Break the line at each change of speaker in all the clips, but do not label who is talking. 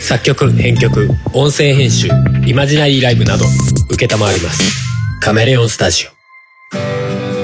作曲編曲音声編集イマジナリーライブなど承りますカメレオンスタジオ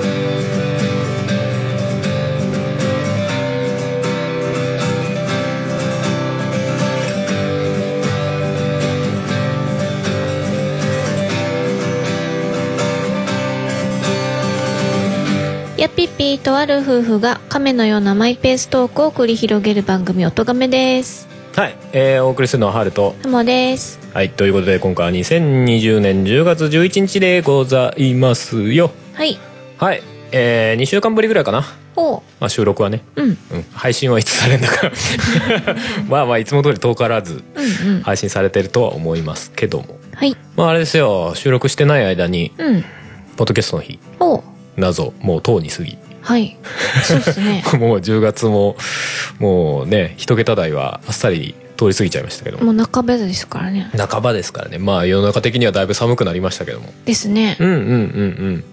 やっぴっぴーとある夫婦が亀のようなマイペーストークを繰り広げる番組「おとがめ」です
はい、えーお送りするのはハルと
ハモです
はいということで今回は2020年10月11日でございますよ
はい
はいえー、2週間ぶりぐらいかな、
おう
まあ、収録はね、
うん
うん、配信はいつされるんだから まあまあいつも通り遠からず
うんうん
配信されてるとは思いますけども
はい
まああれですよ収録してない間に
うん
ポッドキャストの日
おう
謎もうとうに過ぎ
はいそうっすね
もう10月ももうね一桁台はあっさり通り過ぎちゃいましたけども
もう中べですからね
半ばですからねまあ世の中的にはだいぶ寒くなりましたけども
ですね
うんうんうんうん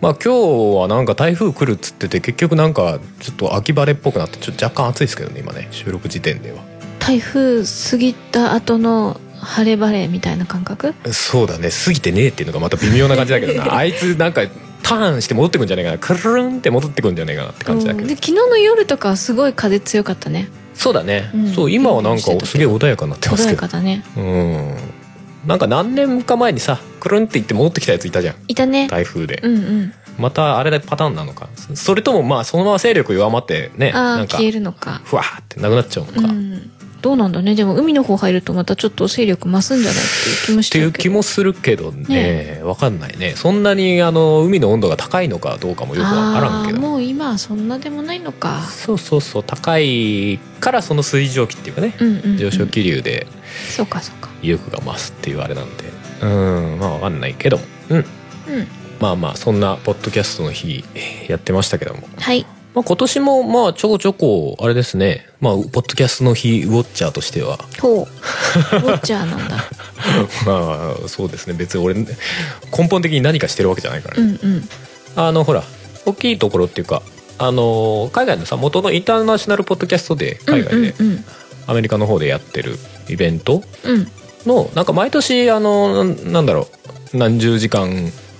まあ今日はなんか台風来るっつってて結局なんかちょっと秋晴れっぽくなってちょっと若干暑いですけどね今ね収録時点では
台風過ぎた後の晴れ晴れみたいな感覚
そうだね過ぎてねえっていうのがまた微妙な感じだけどな あいつなんかターンして戻ってくんじゃねえかなくるるんって戻ってくんじゃねえかなって感じだけ
うん
ど
で昨日の夜とかはすごい風強かったね
そうだね、
うん
そう今はなんか
してたけど
すげえ穏やかになってます
穏
け
や
ど
かだね
うんなんか何年か前にさくるんって言って戻ってきたやついたじゃん
いたね
台風で
うんうん
またあれだけパターンなのかそそれともまあそのまま勢力弱まってね
あ
な
あ
んか
消えるのか
ふわーってなくなっちゃうのか、っ
うんどうなんだねでも海の方入るとまたちょっと勢力増すんじゃないっていう気もしてて
い
る
う
け
気
ど
もするけどねわかんないねそんなにあの海の温度が高いのかどうかもよくわからん
あ
け
あー
ど
もう今はそんなでもないのか
そうそうそう高いからその水蒸気っていうかね、
うんうん、うん、
上昇気流で
そうかそうか
威力が増すっていうあれなんでうんまあわかんないけどうん
うん
まあまあそんなポッドキャストの日やってましたけども、
はい
まあ、今年もまあちょこちょこあれですねまあポッドキャストの日ウォッチャーとしては
ほうウォッチャーなんだ
まあそうですね別に俺根本的に何かしてるわけじゃないからね、
うんうん
あのほら大きいところっていうかあの海外のさ元のインターナショナルポッドキャストで海外で、
うんうん
アメリカの方でやってるイベント
うん、うん
のなんか毎年あのなんなんだろう何十時間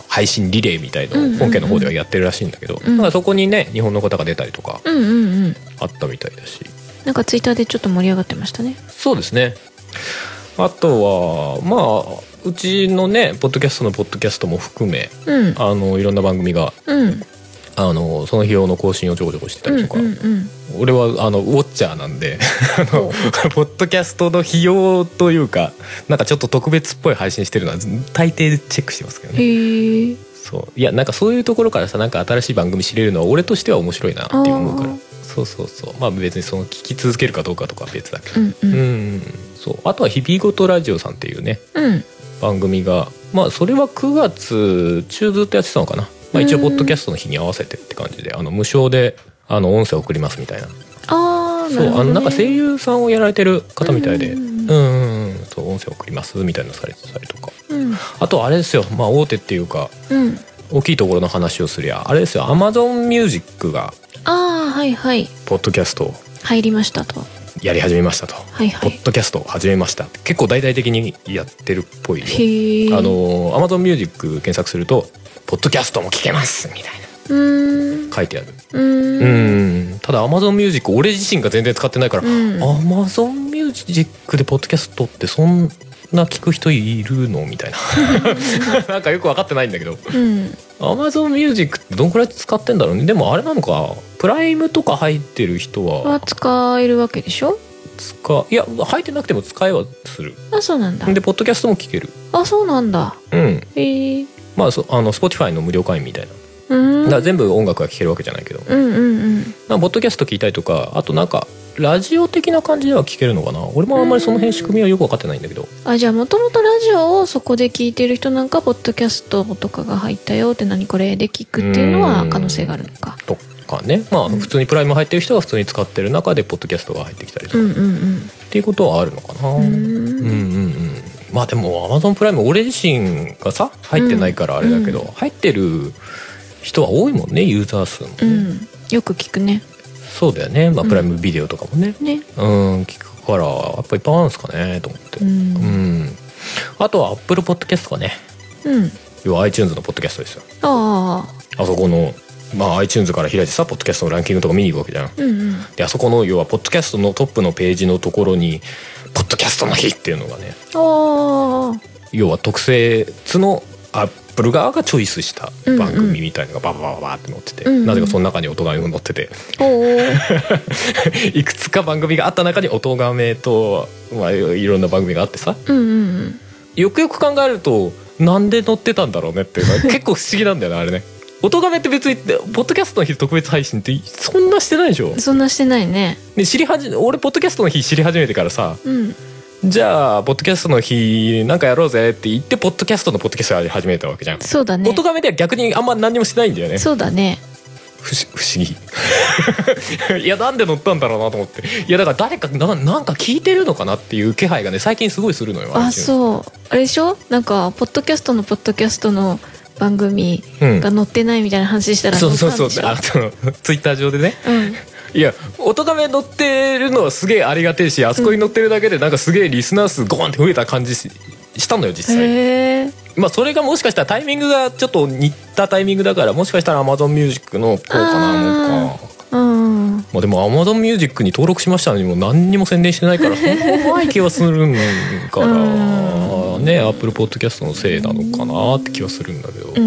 配信リレーみたいの
うんうんう
を
ん
本家の方ではやってるらしいんだけど、
うん
なんかそこにね日本の方が出たりとか
うんうんうん
あったみたいだし
なんかツイッターでちょっと盛り上がってましたね
そうですねあとはまあうちのねポッドキャストのポッドキャストも含め
うん
あのいろんな番組が
うん
あのその日用の更新をちょこちょこしてた
うん
り
う
とか、
んうん
俺はあのウォッチャーなんで あ
お
のポッドキャストの費用というかなんかちょっと特別っぽい配信してるのは大抵チェックしてますけどね
へえ
そういやなんかそういうところからさなんか新しい番組知れるのは俺としては面白いなって思うから
あー
そうそうそうまあ別にその聞き続けるかどうかとかは別だけど
うんう
うん
ん
そうあとは「日々ごとラジオ」さんっていうね
うん
番組がまあそれは9月中ずっとやってたのかな、まあ、一応ポッドキャストの日に合わせてって感じであの無償であの音声送りますみたいな
ああ
そう、あのなんか声優さんをやられてる方みたいで、
う
うんん
う
うんうん、そう音声送りますみたいなのされてたりとか、
うん
あとあれですよ、まあ大手っていうか
うん
大きいところの話をすりゃ、あれですよ、Amazon Music が
ああはいはい
ポッドキャストを
入りましたと
やり始めましたと、
はいは
ポ
い
ッドキャストを始めました。結構大々的にやってるっぽいよ。
へえ
あの Amazon Music 検索すると、ポッドキャストも聞けますみたいな
うーん
書いてある。
うー
うんん、ただ Amazon Music 俺自身が全然使ってないから。
うん
アマゾンミュージックでポッドキャストってそんな聞く人いるのみたいな なんかよく分かってないんだけど
うん
アマゾンミュージックってどんくらい使ってんだろうねでもあれなのかプライムとか入ってる人
は
は
使えるわけでしょ
使いや入ってなくても使えはする
あそうなんだ
でポッドキャストも聞ける
あそうなんだ
うん
へえ
まあそあの Spotify の無料会員みたいなだ
うーん
から全部音楽が聴けるわけじゃないけど
うんうんうん
なんかポッドキャスト聞いたりとかあとなんかラジオ的な感じでは聞けるのかな俺もあんまりその辺仕組みはよく分かってないんだけど
あじゃあもともとラジオをそこで聞いてる人なんかポッドキャストとかが入ったよって何これで聞くっていうのは可能性があるのか
とかねまあ普通にプライム入ってる人は普通に使ってる中でポッドキャストが入ってきたりと
う
か
んうん
っていうことはあるのかな、
うん
うん、
う
うんう
ーん
んまあでもアマゾンプライム俺自身がさ入ってないからあれだけど、入ってる人は多いもんねユーザー数もね、
うんよく聞くね
そうだよねまあプライムビデオとかもね
ね
うん、聞くからやっぱいっぱいあるんですかねと思って
う
うんん、あとは Apple Podcast とかね
うん
要は iTunes のポッドキャストですよ
あ
あそこのまあ iTunes から開いてさポッドキャストのランキングとか見に行くわけじゃん
あうんうん
であそこの要はポッドキャストのトップのページのところに「ポッドキャストの日」っていうのがね
あ あ
要は特製つのアップル側がチョイスした番組みたいなのがバババババって載ってて、
うんうん
なぜかその中に音がめも載って て
おお
いくつか番組があった中に音がめと、まあ、いろんな番組があってさ
うんうんうん
よくよく考えるとなんで載ってたんだろうねっていう のは結構不思議なんだよねあれね。音がめって別にポッドキャストの日特別配信ってそんなしてないでしょ
そんなしてないね
で知り始め俺ポッドキャストの日知り始めてからさ
うん
じゃあポッドキャストの日なんかやろうぜって言ってポッドキャストのポッドキャストやり始めたわけじゃん、
そうだね
音がめでは逆にあんま何にもしないんだよね
そうだね
不思不思議 いやなんで乗ったんだろうなと思っていやだから誰かななんか聞いてるのかなっていう気配がね最近すごいするのよ
あ
iTunes
そうあれでしょなんかポッドキャストのポッドキャストの番組
うん
が載ってないみたいな話したら
そ
載
う
ったんでし
そ
ょ
うそうあの ツイッター上でね
うん
いや音がめ乗ってるのはすげえありがてえしあそこに乗ってるだけでなんかすげえリスナー数ゴーンって増えた感じししたのよ実際
へえ
まあそれがもしかしたらタイミングがちょっと似たタイミングだからもしかしたら AmazonMusic のこうかな
あー
のか
うん
まあでも AmazonMusic に登録しましたのにもう何にも宣伝してないからそんな怖い気はするんからね Apple Podcast のせいなのかなって気はするんだけど
うん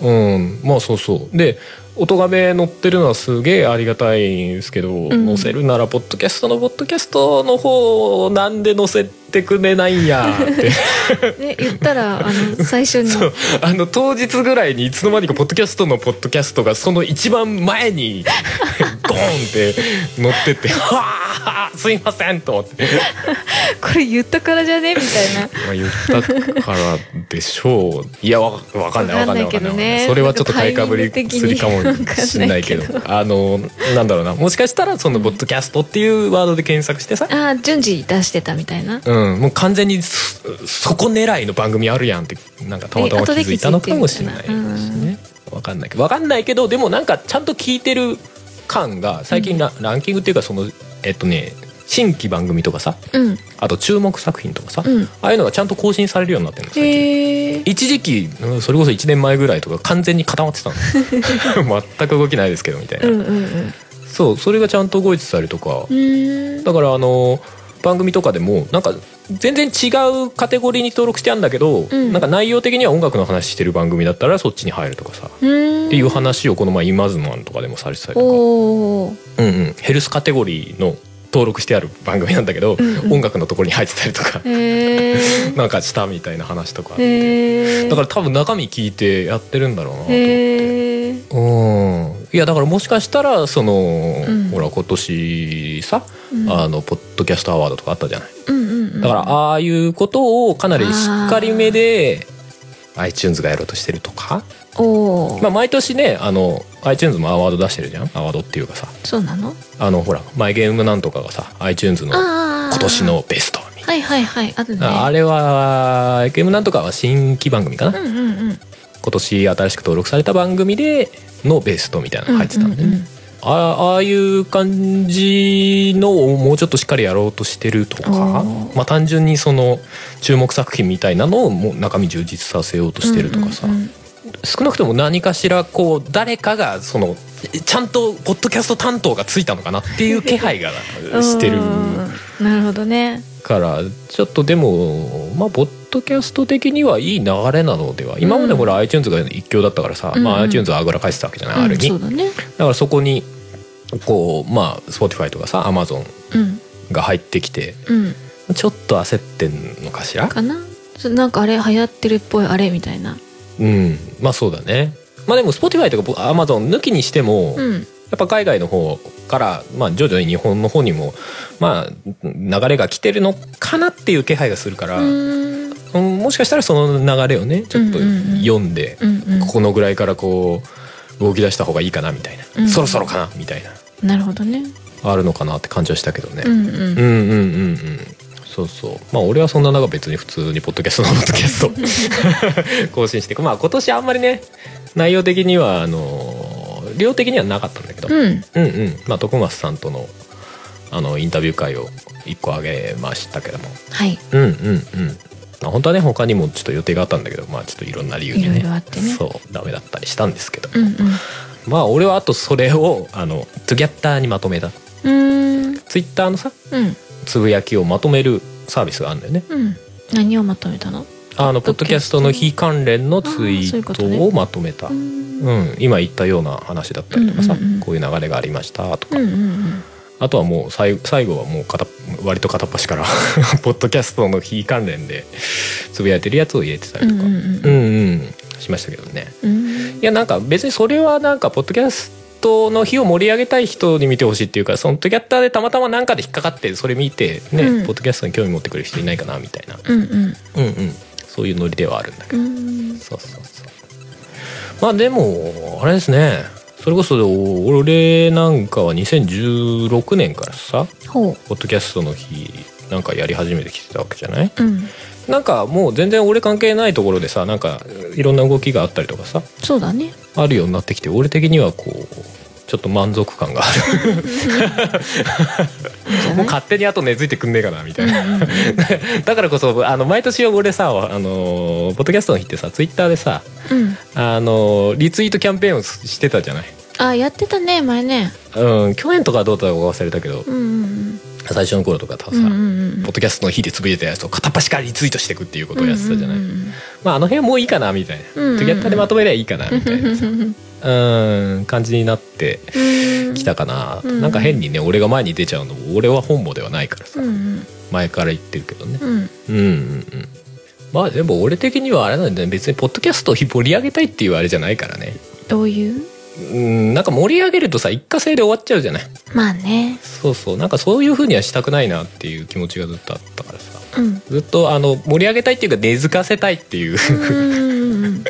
うん
うんまあそうそうで音がめ乗ってるのはすげえありがたいんですけど、
ん
載せるならポッドキャストのポッドキャストの方なんで載せてくれないんやって
ね、言っ たらあの最初に
そうあの当日ぐらいにいつの間にかポッドキャストのポッドキャストがその一番前にゴーンって乗ってって「はあすいません」と思って、
これ言ったからじゃねみたいな
まあ、言ったからでしょういやわわかんないわかんない
わ
わか
かん
んない
なけど
い、
ね
それはちょっと買いかぶ
なんかタイミング
り
的に
するかもしれないけど
わかんない
あのなんだろうなもしかしたらそのポッドキャストっていうワードで検索してさ
あー順次出してたみたいな
うん、もう完全にそそこ狙いの番組あるやんってなんかたまたま気づいたのかもしれないし
え後で気づいてみたい
ね分かんないけど分かんないけどでもなんかちゃんと聞いてる感が最近ラ,、ランキングっていうかそのえっとね新規番組とかさ
うん
あと注目作品とかさ、
うん
ああいうのがちゃんと更新されるようになってるの最近
へえ
一時期うんそれこそ1年前ぐらいとか完全に固まってたの 全く動きないですけどみたいな、
うんうんうん
そうそれがちゃんと動いてたりとか
うーん
だからあの番組とかでもなんか全然違うカテゴリーに登録してあるんだけど、
ん
なんか内容的には音楽の話してる番組だったらそっちに入るとかさ、
うーん
っていう話をこの前「イマズマン」とかでもされてたりと
おお
か、うんうん、ヘルスカテゴリーの登録してある番組なんだけど、音楽のところに入ってたりとか、
へ え
なんかしたみたいな話とか、
へえ
だから多分中身聞いてやってるんだろうなと思って。
へえ
うん、いやだからもしかしたらその、
ん
ほら今年さ、あのポッドキャストアワードとかあったじゃない
うんうんうん
だからああいうことをかなりしっかりめで iTunes がやろうとしてるとか、
おお、
まあ、毎年ねあの iTunes もアワード出してるじゃんアワードっていうかさ
そうなの
あのほら「マイゲームなんとか」がさ iTunes の今
ああ
年のベストみたい
はいはいはいあるね
なあれは「ゲームなんとか」は新規番組かな、
うんうんうん
今年新しく登録された番組でのベストみたいなの入ってたんで、ね
うんうんうん
あああいう感じのをもうちょっとしっかりやろうとしてるとか
おー
まあ、単純にその注目作品みたいなのをもう中身充実させようとしてるとかさ、
うんうんうん
少なくとも何かしらこう誰かがそのちゃんとポッドキャスト担当がついたのかなっていう気配がしてる
うんなるほどね
からちょっとでもまあポッドキャスト的にはいい流れなのでは今までほら iTunes が一強だったからさ、ま
うん
あ、
うん
iTunes はあぐら返してたわけじゃない、あ
う
る
ん
意味
そうだね
だからそこにこうまあ Spotify とかさ Amazon
うん
が入ってきて
うん
ちょっと焦ってんのかしら
かなそうなんかあれ流行ってるっぽいあれみたいな
うんまあそうだねまあでも Spotify とか僕 Amazon 抜きにしても、
う
や
ん
っぱ海外の方から、まあ、徐々に日本の方にも、まあ、流れが来てるのかなっていう気配がするから、
うーん
うんもしかしたらその流れをねちょっと
うんうんうん
読んで、
うんうん
このぐらいからこう動き出した方がいいかなみたいな、
うん
そろそろかなみたいな
なるほどね
あるのかなって感じはしたけどね。
うん
う
うん
んうんうんうんそうそうまあ俺はそんな中別に普通にポッドキャストのポッドキャス ト更新していくまあ今年あんまりね内容的にはあの量的にはなかったんだけど、
うん
うんうんまあ徳松さんとのあのインタビュー会を1個あげましたけども
はい
うんうんうんまあ本当はね他にもちょっと予定があったんだけどまあちょっといろんな理由でね
いろいろあってね
そうダメだったりしたんですけど、
うんうん
まあ俺はあとそれをあのトゥギャッターにまとめた
うーん
ツイッターのさ
うん
つぶやきをまとめるサービスがあるんだよね
うん何をまとめたの
あの
ポ
ポッ
ッド
ド
キ
キ
ャ
ャ
ス
ス
ト
トの非関連のツイ
あーそうい
ー
うことね
トをまとめた
うーん
うん、今言ったような話だったりとかさ、
うんうんうん
こういう流れがありましたとか、
うんうん
あとはもうさい最後はもう片っ割と片っ端から ポッドキャストの非関連でつぶやいてるやつを入れてた
う
り
んう
と
ん
か、う
う
ん
ん
う
うん
んしましたけどね
うん
いやなんか別にそれはなんかポッドキャストの日を盛り上げたい人に見てほしいっていうかそのポッドキャスターでたまたまなんかで引っかかってそれ見てね、
うん
ポッドキャストに興味持ってくれる人いないかなみたいな、
うんうん
うんうん、そういうノリではあるんだけど
うん
そうそうそうまあでもあれですねそれこそお俺なんかは2016年からさ
ほ
ポッドキャストの日なんかやり始めてきてたわけじゃないう
うん
なんかもう全然俺関係ないところでさなんかいろんな動きがあったりとかさ
そうだね
あるようになってきて俺的にはこうちょっと満足感がある
いいんじゃな
もう
い
勝手にあと根付いてくんねえかなみたいな、
うんうん
だからこそあの毎年俺さあのポッドキャストの日ってさツイッターでさ
うん
あのリツイートキャンペーンをしてたじゃない
あやってたね前ね
うん、去年とかどうだったか忘れたけど、
うんうん
最初の頃とか多
うんうん
分さ、
うんうん
ポッドキャストの日でつぶやいたやつを片っ端からリツイートしていくっていうことをやってたじゃない、
うんうん
まああの辺はもういいかなみたいな、
うんうんうん
トゥギャッターでまとめりゃいいかなみたいなさ
うん
うん感じになって
うん
きたかな、
うん
なんか変にね俺が前に出ちゃうのも俺は本望ではないからさ、
うんうん
前から言ってるけどね
うん
うんうんうんまあでも俺的にはあれなんだよね別にポッドキャストを盛り上げたいっていうあれじゃないからね
どういう
うんなんか盛り上げるとさ一過性で終わっちゃうじゃない
まあね
そうそうなんかそういう風にはしたくないなっていう気持ちがずっとあったからさ
うん
ずっとあの盛り上げたいっていうか根付かせたいっていう
うんうん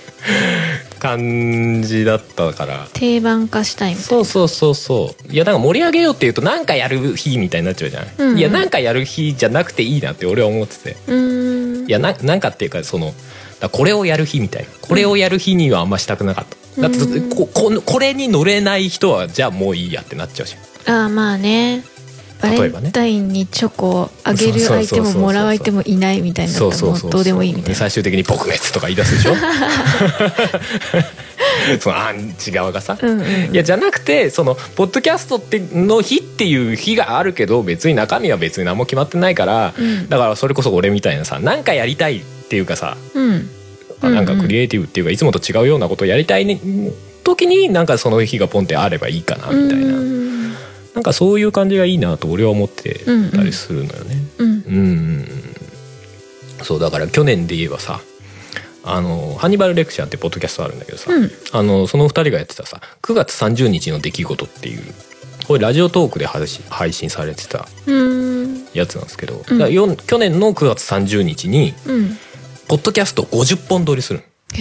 感じだったから
定番化したいみたい
そうそうそうそういやなんか盛り上げようっていうとなんかやる日みたいになっちゃうじゃない、
うんうん
いやなんかやる日じゃなくていいなって俺は思ってて
なうん
いやななんかっていうかそのだこれをやる日みたいなこれをやる日にはあんましたくなかった、だってずっとここのこれに乗れない人はじゃあもういいやってなっちゃうじゃん
ああまあねバ
例
レ
えばね
ンタインにチョコをあげる相手ももらう相手もいないみたいになったらもうどうでもいいみたいな
最終的に撲滅とか言い出すでしょそのアンチ側がさ、
うんうん
いやじゃなくてそのポッドキャストっての日っていう日があるけど別に中身は別に何も決まってないから、
うん
だからそれこそ俺みたいなさなんかやりたいっていうかさ、
うんうん
なんかクリエイティブっていうかいつもと違うようなことをやりたい、ね、時になんかその日がポンってあればいいかなみたいな、
うん
なんかそういう感じがいいなと俺は思ってたりするのよね。
うん
うんうんうんそうだから去年で言えばさあのハンニバルレクチャーってポッドキャストあるんだけどさ、
うん
あのその2人がやってたさ9月30日の出来事っていうこれラジオトークで配信配信されてた
うん
やつなんですけど、だからよん去年の9月30日に
うん
ポッドキャスト50本撮り するの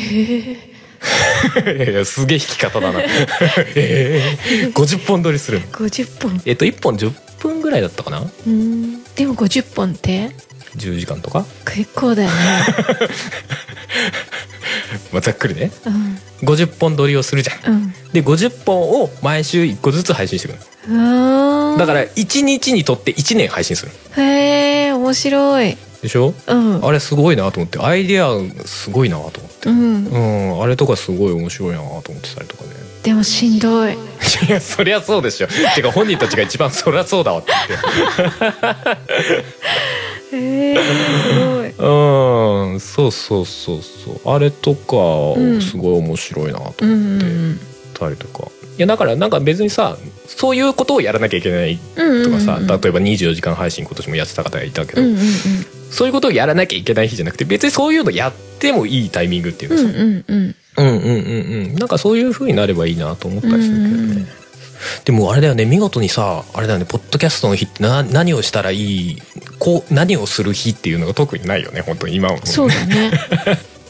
いやいやすげえ弾き方 だなええ50本撮りするの
50本
えっと1本10分ぐらいだったかな
うんでも50本って
10時間とか、
結構だよね
まあ、ざっくりね
うん
50本撮りをするじゃん
うん
で50本を毎週1個ずつ配信してくる
うーん
だから1日にとって1年配信する
へえ面白い
でしょ
うん
あれすごいなと思ってアイディアすごいなと思って
うん
うんあれとかすごい面白いなと思ってたりとかね
でもしんどい
いやそりゃそうでしょてか本人たちが一番そりゃそうだわって言って
へえすごい
うんそうそうそうそうあれと
うん
かすごい面白いなと思って
うんうん
たりとか、いやだからなんか別にさそういうことをやらなきゃいけない
うん
とかさ、
うんうんうん
例えば24時間配信今年もやってた方がいたけ
う
ど、
んうん
そういうことをやらなきゃいけない日じゃなくて別にそういうのやってもいいタイミングっていう
うんう
か
ん
さ、
うんうん
うん、うんうんうんなんかそういう風になればいいなと思ったりするけどね、
うんうん
でもあれだよね見事にさあれだよねポッドキャストの日ってな何をしたらいいこう何をする日っていうのが特にないよね本当に今はもうね
そうだ ね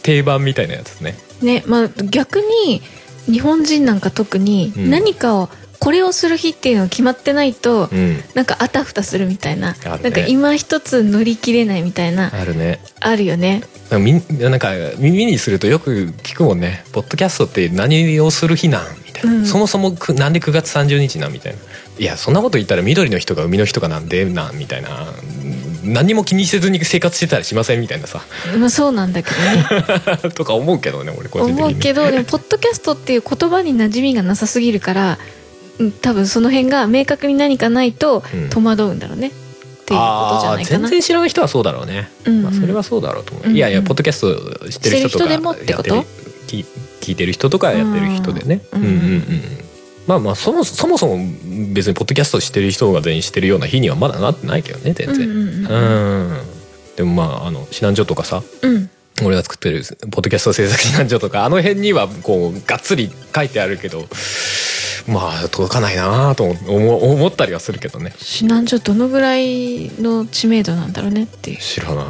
定番みたいなやつね
ねまあ逆に日本人なんか特に
うん
何かを、これをする日っていうのが決まってないと、
うん
なんかあたふたするみたいな、
ある
な
ね
んか今一つ乗り切れないみたいな
あるね
あるよね
なんかみなんか耳にするとよく聞くもんね「ポッドキャストって何をする日なん?」みたいな、
うん
そもそもくなんで9月30日なん?」みたいないやそんなこと言ったら緑の人が海の人がなんでなんみたいな何も気にせずに生活してたりしませんみたいなさ
まあそうなんだけどね
とか思うけどね 俺個人的に
思うけどでもポッドキャストっていう言葉に馴染みがなさすぎるからうん多分その辺が明確に何かないと
うん
戸惑うんだろうね、っていうことじゃないか
あー
な
全然知らない人はそうだろうね、
うんうん
まあ、それはそうだろうと思う、
うんうん
いやいやポッドキャスト知ってる人とか
知ってる人でもってこと
やる聞聞いてる人とかやってる人でね
う
うんん
う
うんん
う
うんんまあまあそもそもそも別にポッドキャストしてる人が全員してるような日にはまだなってないけどね全然
うんうんうん
うんでもまああの指南所とかさ
うん
俺が作ってるポッドキャスト制作指南所とかあの辺にはこうがっつり書いてあるけどまあ届かないなと思思思ったりはするけどね
指南所どのぐらいの知名度なんだろうねっていう
知らない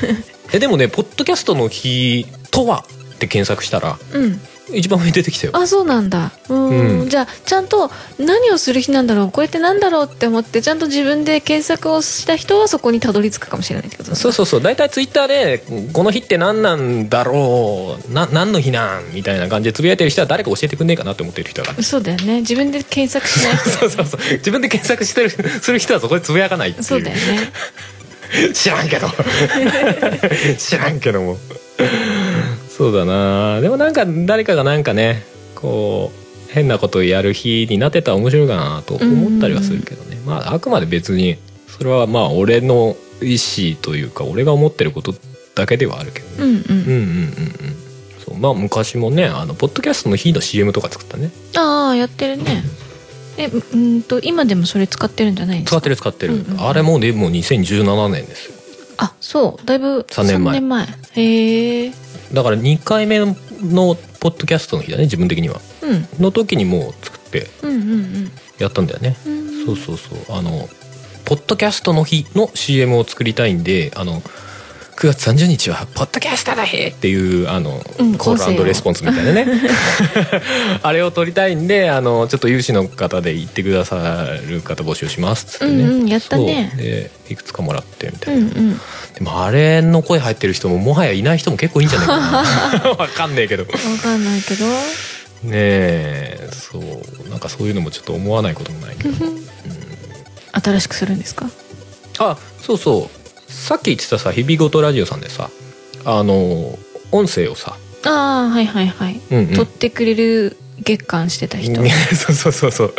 えでもね「ポッドキャストの日とは」って検索したら
うん
一番上に出てきたよ
あそうなんだうん、
うん
じゃあちゃんと何をする日なんだろうこれってなんだろうって思ってちゃんと自分で検索をした人はそこにたどり着くかもしれないってこと
そう
そ
そうそう大体ツイッターで「この日って何なんだろうな何の日なん?」みたいな感じでつぶやいてる人は誰か教えてくんねえかなって思ってる人 だから
そうだよね自分で検索しない
そうそうそう自分で検索してるする人はそこでつぶやかないってい
と
う
そうだよね
知らんけど知らんけどもそうだなでもなんか誰かがなんかねこう変なことをやる日になってたら面白いかなと思ったりはするけどね、まああくまで別にそれはまあ俺の意思というか俺が思ってることだけではあるけどね、
うんう
うん、う
ん
んうんうんそうまあ昔もねあのポッドキャストの日の CM とか作ったね
ああやってるねえうーんと今でもそれ使ってるんじゃないんです
使
か
ってる使ってる、
うんうん
あれもうねもう2017年ですよ
あそうだいぶ
三年前
三へえ
だから2回目のポッドキャストの日だね自分的には
うん
の時にもう作って
うんうん
やったんだよね、
うんうん
そうそうそうあの「ポッドキャストの日」の CM を作りたいんであの9月30日は「ポッドキャストの日」っていうあの、
うん
コ
音
ー
声を
ルレスポンスみたいなね あれを撮りたいんであのちょっと有志の方で行ってくださる方募集しますっつってね、
うんうんやったね
そうでいくつかもらってみた
う
いな、
んうん
でもあれの声入ってる人ももはやいない人も結構いいんじゃない かなわかんねえけど
わかんないけど
ねえそうなんかそういうのもちょっと思わないこともないけど、
新しくするんですか
あそうそうさっき言ってたさ「日々ごとラジオ」さんでさあの音声をさ、
ああはいはいはい
うんうん
撮ってくれる月間してた人
そうそうそうそう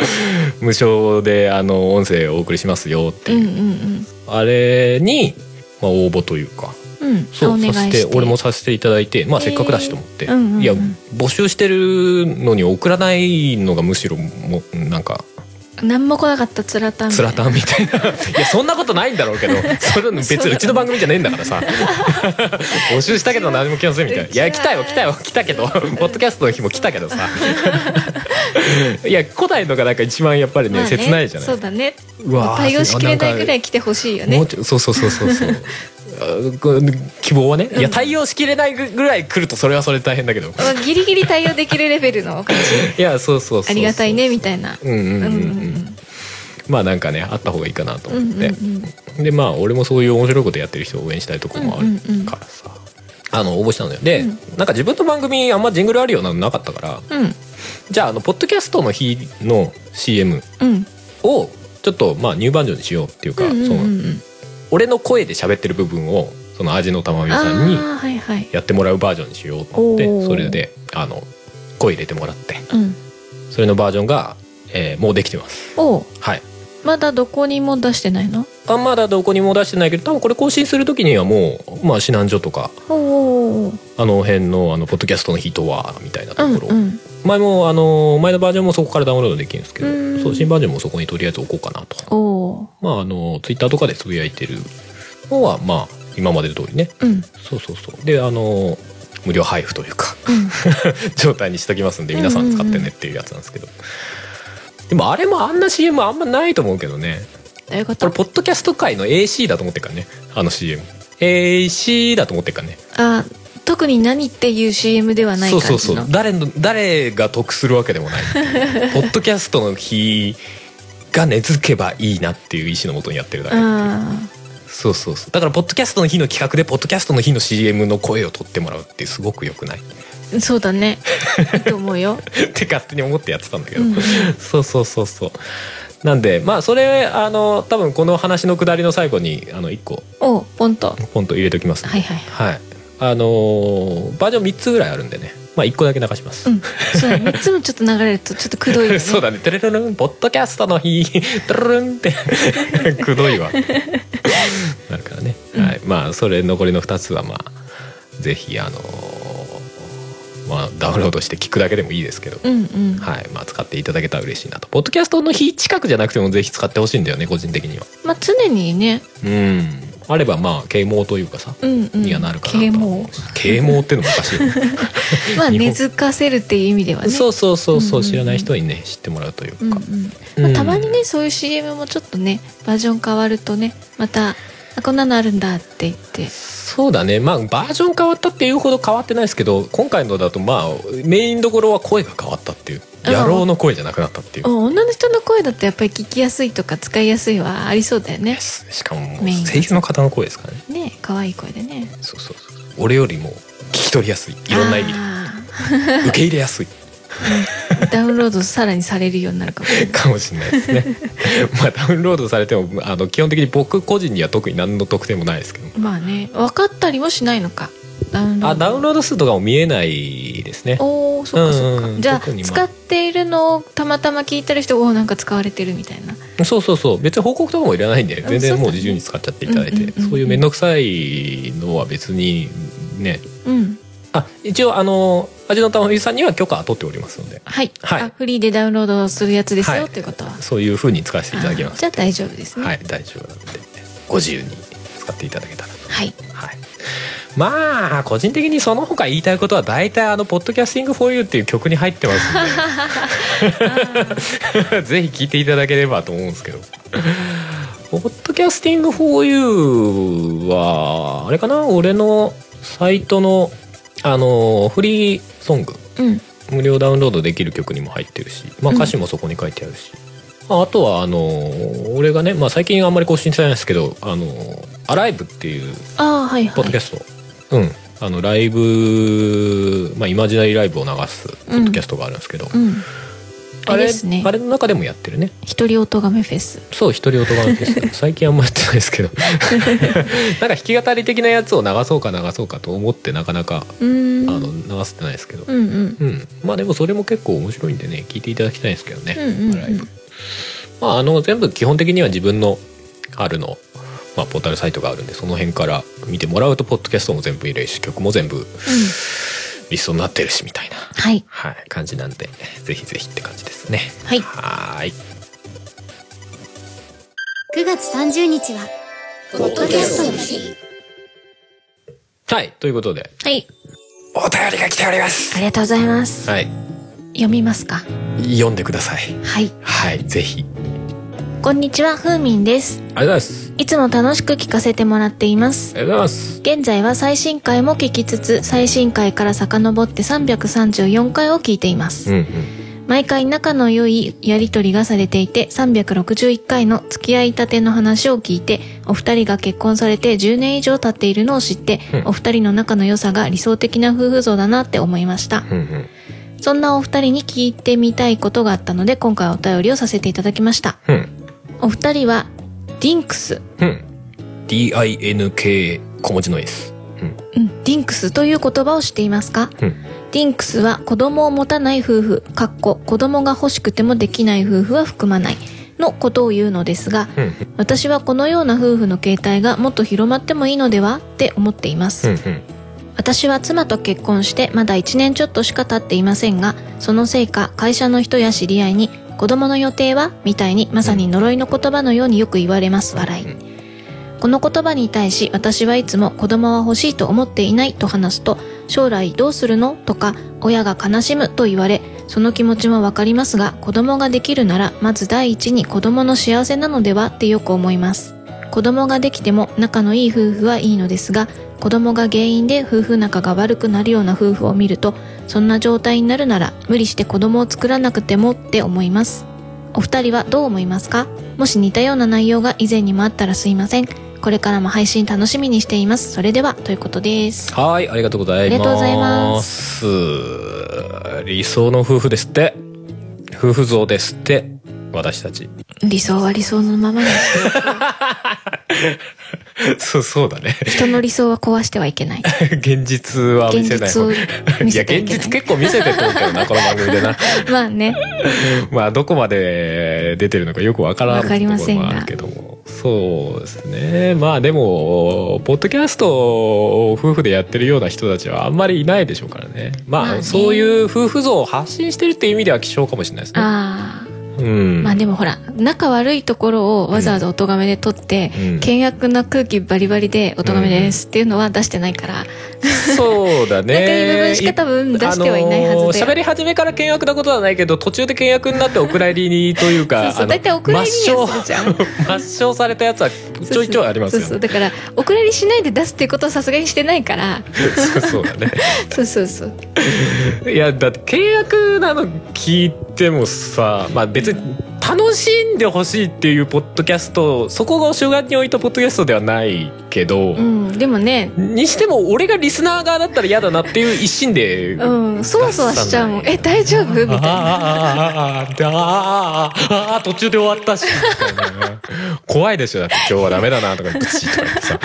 無償であの音声をお送りしますよって
うん
いうう、
んうん
あれに、まあ、応募というか
うん
そう
お願い
させ
して
て俺もさせていただいて、まあ、せっかくだしと思って、
えーうんうんうん
いや募集してるのに送らないのがむしろもなんか
何も来なかったつらたんみ
つ
たい
ら
な
たんみたいないやそんなことないんだろうけどそれ別にうちの番組じゃねえんだ からさ募集したけど何も来ませんみたいな「いや来たよ来たよ来たけどポッドキャストの日も来たけどさいや来ないのがなんか一番やっぱりね,、
まあね
切ないじゃな
そ
いう
だね
うわー
対応しきれないぐらい来てほしいよね
もうちょそうそうそうそう そうあこう希望はねいや対応しきれないぐらい来るとそれはそれで大変だけど
まあギリギリ対応できるレベルの感じ
いやそうそうそうそう
ありがたいねみたいな
うんうんうん、う
うんうん
ん、まあなんかねあった方がいいかなと
う
思
ん
っ
うんう
て、
ん
でまあ俺もそういう面白いことやってる人を応援したいとこもあるからさ、あの応募したのよで、
うん
なんか自分の番組あんまジングルあるようなのなかったから
うん
じゃああのポッドキャストの日の CM
うん
をちょっとまあニューバージョンにしようっていうか、
うんうん
そ
うん
の俺の声で喋ってる部分をその味のたまみさんに
あーはいはい
やってもらうバージョンにしようと思って
おー
それであの声入れてもらって
うん
それのバージョンが、えーもうできてます
おう
はい
まだどこにも出してないの
あまだどこにも出してないけど多分これ更新する時にはもう、まあ、指南所とか
おうおうおう
あの辺のあのポッドキャストの人はみたいなと
うん
ころ、
うん
前もあの前のバージョンもそこからダウンロードできるんですけ
う
ど
ん
そう新バージョンもそこにとりあえず置こうかなと
おう
まああのツイッターとかでつぶやいてるのはまあ今までの通りね
うん
そうそうそうであの無料配布というか
うん
状態にしときますんで皆さん使ってねっていうやつなんですけど、でもあれもあんな CM あんまないと思うけどね
どういうこ
ことれポッドキャスト界の AC だと思ってるからねあの CMAC だと思ってるからね
あ特に何っていう CM ではない
そ
感
う
じ
そ
の
うそう誰の誰が得するわけでも ないポッドキャストの日が根付けばいいなっていう意思のもとにやってるだけ、
あ
そうそうそうだからポッドキャストの日の企画でポッドキャストの日の CM の声を取ってもらうってすごく良くない っ
ーそうだねいいと思うよ、
て勝手に思ってやってたんだけ
う
ど、
んうん、
そうそうそうそうなんでまあそれあの多分この話の下りの最後にあの1個
おポンと
ポンと入れておきますんで
はいはい
はいあのーバージョン3つぐらいあるんでねまあ1個だけ流します、
うんそ うだね3つもちょっと流れるとちょっとくどいよね
そうだね「テレルルンポッドキャストの日」 「テレルン」って くどいわなるからね、はい、まあそれ残りの2つはまあぜひあのーまあダウンロードして聞くだけでもいいですけど、
うんうん
はいまあ、使っていただけたら嬉しいなとポッドキャストの日近くじゃなくてもぜひ使ってほしいんだよね個人的には
まあ常にね
うんあればまあ啓蒙というかさ、
うんうん
にはなるかなと
啓
は
蒙
思うし啓蒙ってのもおかしい よね
まあ
日本
根付かせるっていう意味ではね
そうそうそうそう、
うんうんうん
知らない人にね知ってもらうというか、
うんうんま
う
あ、
ん
たまにねそういう CM もちょっとねバージョン変わるとねまたあこんなのあるんだって言って
そうだねまあバージョン変わったっていうほど変わってないですけど今回のだとまあメインどころは声が変わったっていう
うん
野郎の声じゃなくなったっていう、
お女の人の声だとやっぱり聞きやすいとか使いやすいはありそうだよね
しかももう
メイン
声優の方の声ですからね
ね可愛い声でね
そうそうそう俺よりも聞き取りやすいいろんな意味で
あ
受け入れやすい
ーダウンロードさらにされるようになるかもね
かもしれないですね まあダウンロードされてもあの基本的に僕個人には特に何の特典もないですけど
まあね分かったりもしないのかダウンロード
あダウンロード数とかも見えないですね
おおそっかそっか、
うんうん
じゃあ
特にまあ
使っているのをたまたま聞いてる人おーなんか使われてるみたいな
そうそうそう別に報告とかもいらないんで
ん
全
そう
然
だね
もう自由に使っちゃっていただい
うんうん
て
うんうん
そういう面倒くさいのは別にね
うん
あ一応あの味の玉ゆさんには許可は取っておりますので
はい、
はい
あフリーでダウンロードするやつですよ、
はい
っていうことは
そういう風に使わせていただきま
あー
す
じゃあ大丈夫ですね
はい大丈夫なのでご自由に使っていただけたら
はい、
はいまあ個人的にその他言いたいことは大体あの「ポッドキャスティング・フォー・ユー」っていう曲に入ってますんで ぜひ聴いていただければと思うんですけど「ポッドキャスティング・フォー・ユー」はあれかな俺のサイトのあのフリーソング
うん
無料ダウンロードできる曲にも入ってるし、まあ、
うん
歌詞もそこに書いてあるし、ああとはあの俺がね、まあ、最近あんまり更新してないんですけど「あのアライブ」っていう
ああはいはい
ポッドキャスト、うんあのライブ、まあ、イマジナリーライブを流すポッドキャストがあるんですけど、
うんあれですね
あれの中でもやってるね
一人おとがめフェス
そう独り言があるんですけど 最近あんまやってないですけど なんか弾き語り的なやつを流そうか流そうかと思ってなかなか
うー
あ
ん
の流せてないですけど、
うんうん
うん、まあでもそれも結構面白いんでね聞いていただきたいんですけどね、
うんうんうん
ライブまああの全部基本的には自分のあるの、まあ、ポータルサイトがあるんでその辺から見てもらうとポッドキャストも全部入れるし曲も全部リストになってるしみたいな、
はい
はい、感じなんでぜひぜひって感じですね
はい
はーい
9月30日は、ポッドキャストの日。
はいということで
はい
お便りが来ております
ありがとうございます
はい
読みますか
読んでください
はい
はいぜひありがとう
こんにちはふーみんです
ございます
いつも楽しく聞かせてもらっています
ありがとうございます
現在は最新回も聞きつつ最新回から遡って334回を聞いています
うんうん
毎回仲の良いやりとりがされていて361回の付き合いたての話を聞いてお二人が結婚されて10年以上経っているのを知って、
うん
お二人の仲の良さが理想的な夫婦像だなって思いました
うんうん
そんなお二人に聞いてみたいことがあったので今回お便りをさせていただきました
うん
お二人はディンクス
うん DINK 小文字の S うん
うん、ディンクスという言葉を知っていますか、
うん
ディンクスは子供を持たない夫婦、かっこ子供が欲しくてもできない夫婦は含まないのことを言うのですが、
うん
私はこのような夫婦の形態がもっと広まってもいいのではって思っていま
う
す、
んうん
私は妻と結婚してまだ1年ちょっとしか経っていませんがそのせいか会社の人や知り合いに「子供の予定は?」みたいにまさに呪いの言葉のようによく言われます笑いこの言葉に対し私はいつも子供は欲しいと思っていないと話すと将来どうするのとか親が悲しむと言われその気持ちもわかりますが子供ができるならまず第一に子供の幸せなのではってよく思います子供ができても仲のいい夫婦はいいのですが子供が原因で夫婦仲が悪くなるような夫婦を見るとそんな状態になるなら無理して子供を作らなくてもって思いますお二人はどう思いますかもし似たような内容が以前にもあったらすいませんこれからも配信楽しみにしていますそれではということです
はい、ありがとうございます。。
ありがとうございます
理想の夫婦ですって。夫婦像ですって。私たち。
理想は理想のままにしよ
そうそうだね
う人の理想は壊してはいけない
現実は見
現
せない
実
方
を
が
見
いや
せてはい
現
け
実
ない
結構見せてくるけどなこの番組でな
まあね
まあどこまで出てるのかよくわからん
わかりませんが
ところもあるけどもそうですねまあでもポッドキャストを夫婦でやってるような人たちはあんまりいないでしょうからねまあ、
まあね
そういう夫婦像を発信してるっていう意味では希少かもしれないですね
ああ
うん、
まあでもほら仲悪いところをわざわざお咎めで取って、
うん
険悪な空気バリバリでお咎めですっていうのは出してないから、
そうだ
なんか今
ね
分しか多分出してはいないはずだよ
あのー喋り始めから険悪なことはないけど途中で険悪になってお蔵入りにというか
そうそう
あの
大体お蔵入りにはするじゃん
抹消抹消されたやつはちょいちょいありますよね
そうそうだからお蔵入りしないで出すっていうことはさすがにしてないから
そうそうだね。
そうそうそう
いやだって契約なの聞いてもさ、まあ別に楽しんでほしいっていうポッドキャスト、そこが主眼に置いたポッドキャストではないけど
う、んでもね
にしても俺がリスナー側だったら嫌だなっていう一心で。
う
あ
んそわそわしちゃうもんえ大丈夫みたいな
あああああああああ途中で終わったしみたいな怖いでしょだって今日はダメだなとかプチとか言ってさ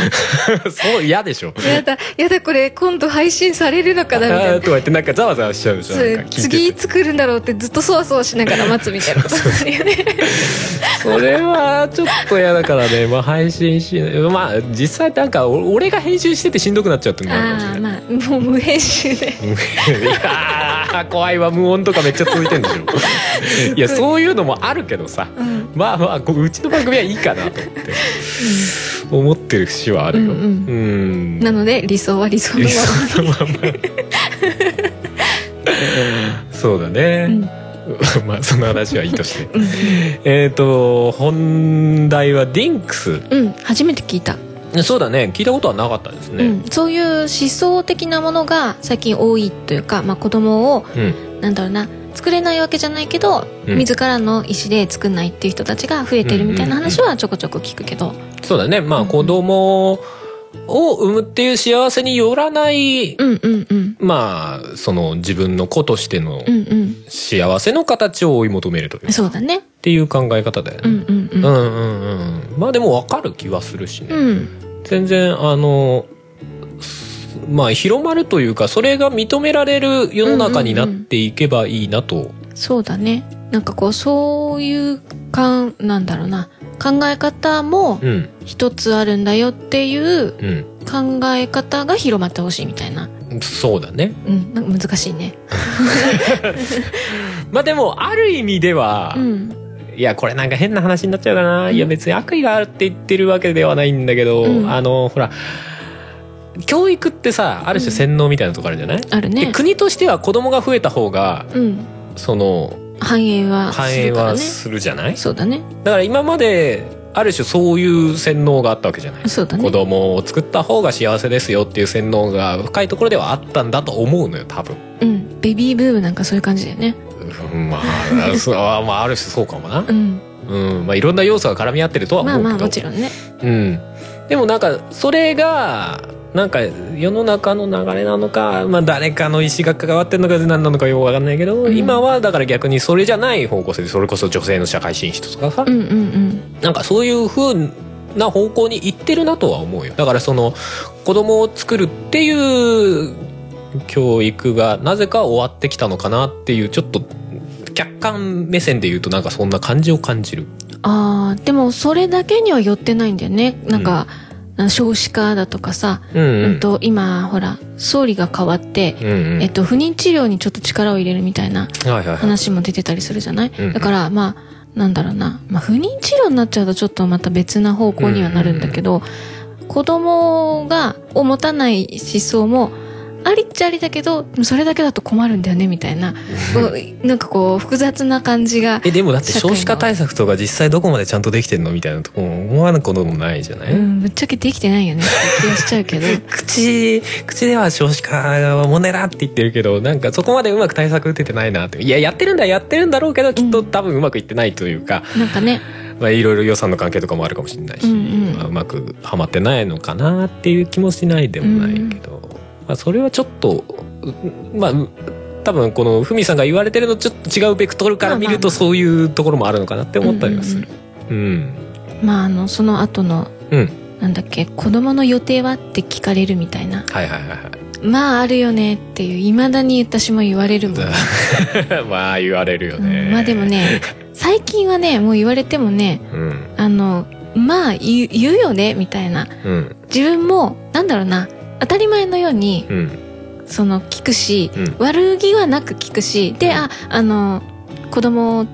そう嫌でしょ
やだやだこれ今度配信されるのかなみた
あ
い
ー
な
とか言ってなんかざわざわしちゃうでしょなんか聞
そう
いてて
次いつ来るんだろうってずっとそわそわしながら待つみたいなことあるよね
それはちょっと嫌だからね、まあ、配信しまあ実際なんかお俺が編集しててしんどくなっちゃうってのもあるかもし
ああ
れ
ー
ない。
まあもう無編集で
いやー怖いわ無音とかめっちゃ続いてんでしょいやそういうのもあるけどさ
うん
まあまあこううちの番組はいいかなと思って思ってる節はあるよ。
う
うんん、
うんなので理想は理想の
理
まま
想のまんまそうだね、まあその話はいいとして、えっ、と本題はディンクス
うん初めて聞いた、
そうだね聞いたことはなかったです
うん、そういう思想的なものが最近多いというか、まあ、子供を
うん、
なんだろうな作れないわけじゃないけど、
うん
自らの意思で作んないっていう人たちが増えてるみたいな話はちょこちょこ聞くけど
そうだねま
う
あ
ん
子供を産むっていう幸せによらない、
うんうんうん
まあその自分の子としての
うんうん
幸せの形を追い求めるという、っ
そうだね
ていう考え方だよ
う
ね、
んうんう
うんんうんうんまあでも分かる気はするしね、
うん
全然あのすまあ広まるというかそれが認められる世の中になっていけばいいなと
そうだねなんかこうそういうかんなんだろうな考え方も
うん
一つあるんだよっていう
うん、
考え方が広まってほしいみたいな
そうだね
うんなんか難しいね
まあでもある意味では、
うん
いやこれなんか変な話になっちゃうかな、いや別に悪意があるって言ってるわけではないんだけど、
うん
あのほら教育ってさある種洗脳みたいなとこあるじゃない、
ある
で
ね
国としては子供が増えた方が
うん
その
繁栄は
繁
す
栄
るから
は
ね
するじゃない、
そうだね
だから今まである種そういう洗脳があったわけじゃない
そうだ
子
ね
供を作った方が幸せですよっていう洗脳が深いところではあったんだと思うのよ多分。
うんベビーブームなんかそういう感じだよね
うんまあ そうあまあある種そうかもな
う。ん
うんまあいろんな要素が絡み合ってるとは思う
まあ
けど。
まあもちろんね
うん。でもなんかそれがなんか世の中の流れなのか、まあ、誰かの意思が関わってるのか何なのかよくわかんないけど、
うん
今はだから逆にそれじゃない方向性でそれこそ女性の社会進出とかさ、
うんうんうん
なんかそういう風な方向に行ってるなとは思うよ。だからその子供を作るっていう教育がなぜか終わってきたのかなっていうちょっと客観目線で言うとなんかそんな感じを感じる。
あーでもそれだけには寄ってないんだよねなんか、少子化だとかさ、
うん
う
うんん。
と今ほら総理が変わって、
うんうん
えっと、不妊治療にちょっと力を入れるみたいな
はいはいはい。
話も出てたりするじゃない、
うん
だからまあなんだろうな、まあ、不妊治療になっちゃうとちょっとまた別な方向にはなるんだけど、子供がを持たない思想もありっちゃありだけどそれだけだと困るんだよねみたいなこうなんかこう複雑な感じが
えでもだって
社会の
少子化対策とか実際どこまでちゃんとできてんのみたいなとこも思わぬこともないじゃない、
うん、ぶっちゃけできてないよねって気がしちゃ うけど
口口では少子化はモネラって言ってるけどなんかそこまでうまく対策打ててないなっていややってるんだやってるんだろうけどきっと多分うまくいってないというか、
なんかね
まあ、いろいろ予算の関係とかもあるかもしれないし、
うんうん
まあうまくはまってないのかなっていう気もしないでもないけど、まあ、それはちょっとうまあう多分このふみさんが言われてるのちょっと違うベクトルから見ると
まあまあまあ
そういうところもあるのかなって思ったりはする。うん
まああのその後の
うん
なんだっけ子供の予定はって聞かれるみたいな
はいはいはいはい。
まああるよねっていういまだに私も言われるもん、
まあ言われるよね、
うんまあでもね最近はねもう言われてもね
うん
あのまあ言う言うよねみたいな
うん
自分もなんだろうな当たり前のように
うん
その聞くし、
うん
悪気はなく聞くしで、ああの子供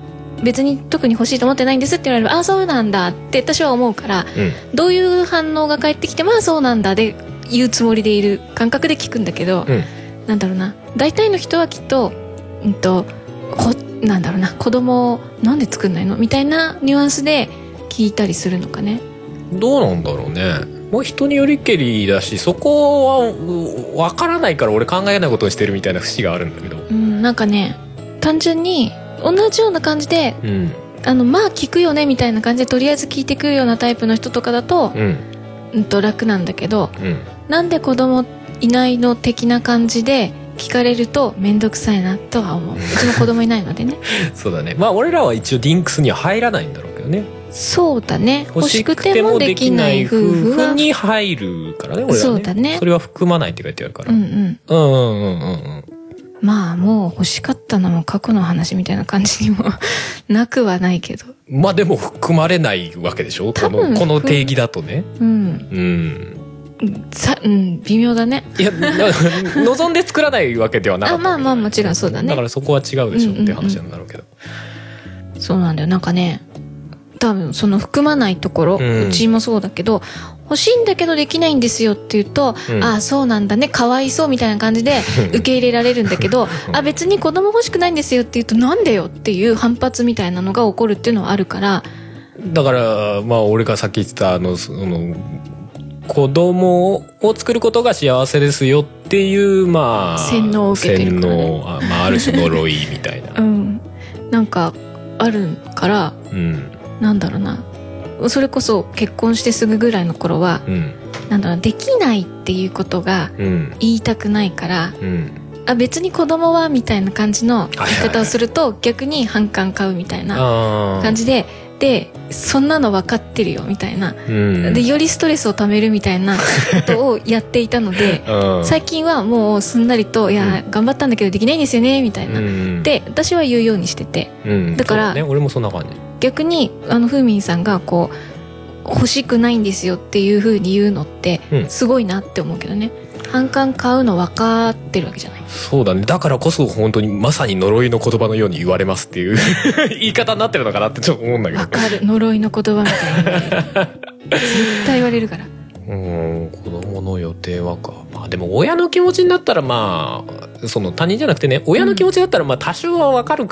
別に特に欲しいと思ってないんですって言われればあそうなんだって私は思うから
うん
どういう反応が返ってきてまあそうなんだで言うつもりでいる感覚で聞くんだけど、
うん
なんだろうな大体の人はきっと,、うん、とこなんだろうな子供をなんで作んないのみたいなニュアンスで聞いたりするのかね。
どうなんだろうね。もう人によりけりだしそこはうわからないから俺考えないことをしてるみたいな節があるんだけど。
うん、なんかね単純に同じような感じで
うん
あのまあ聞くよねみたいな感じでとりあえず聞いてくるようなタイプの人とかだと、
うん
うん、と楽なんだけど
うん
なんで子供いないの的な感じで聞かれると面倒くさいなとは思ううちも子供いないのでね
そうだね。まあ俺らは一応ディンクスには入らないんだろうけどね。
そうだね欲しくてもできない夫婦は
に入るからね俺らね
そうだね
それは含まないって書いてあるから、
う
うんん、
うん
うんうんうん
まあもう欲しかったのも過去の話みたいな感じにも なくはないけど
うんまあでも含まれないわけでしょこ
多分
のこの定義だとね
うん
うん
さうん微妙だね
いやな望んで作らないわけではなかったわけじゃない
あまあまあもちろんそうだね
だからそこは違うでしょっていう
うんうんうん
話なんだろうけど、
そうなんだよなんかね多分その含まないところ、
う
うんちもそうだけど欲しいんだけどできないんですよって言うと、
うん
ああそうなんだねかわいそうみたいな感じで受け入れられるんだけどあ別に子供欲しくないんですよって言うとなんでよっていう反発みたいなのが起こるっていうのはあるから
だからまあ俺がさっき言ってたあのその子供を作ることが幸せですよっていうまあ
洗脳を受けてるからね
洗脳あまあある種呪いみたいな
うんなんかあるから
うん
なんだろうなそれこそ結婚してすぐぐらいの頃は
うん
なんだろうなできないっていうことが
うん
言いたくないから
うん、
あ別に子供はみたいな感じの言い方をすると逆に反感買うみたいな
あ
感じででそんなの分かってるよみたいな
じ、うん、
でよりストレスをためるみたいなことをやっていたので
うん、
最近はもうすんなりと「いや頑張ったんだけどできないんですよね」みたいな。
うん、
で私は言うようにしてて
うん、
だから
そうね、俺もそんな感じ
逆にあのふーみんさんがこう欲しくないんですよっていうふうに言うのって
うん
すごいなって思うけどね、反感買うの分かってるわけじゃない
そうだねだからこそ本当にまさに呪いの言葉のように言われますっていう 言い方になってるのかなってちょっと思うんだけど
わかる呪いの言葉みたいな絶対言われるから
うん子供の予定はかまあでも親の気持ちになったらまあその他人じゃなくてね親の気持ちだったらまあ多少はわかる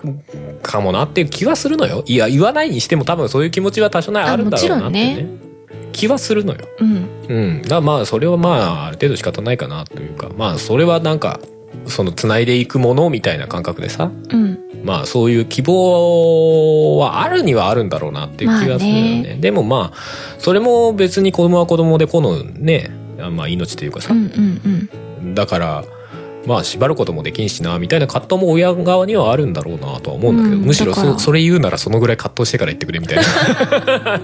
かもなっていう気はするのよいや言わないにしても多分そういう気持ちは多少なりあるんだろうなって
あもち
ね気はするのよ
うん
うん、だからまあそれはまあある程度仕方ないかなというかまあそれはなんかそのつないでいくものみたいな感覚でさ
うん
まあそういう希望はあるにはあるんだろうなっていう気がするよね,、
ま
でもまあそれも別に子供は子供でこのねあまあ命というか
う
さ、
んうん
だからまあ縛ることもできんしなみたいな葛藤も親側にはあるんだろうなとは思うんだけど、
うん
むしろ
だか
そ
ら
それ言うならそのぐらい葛藤してから言ってくれみたい な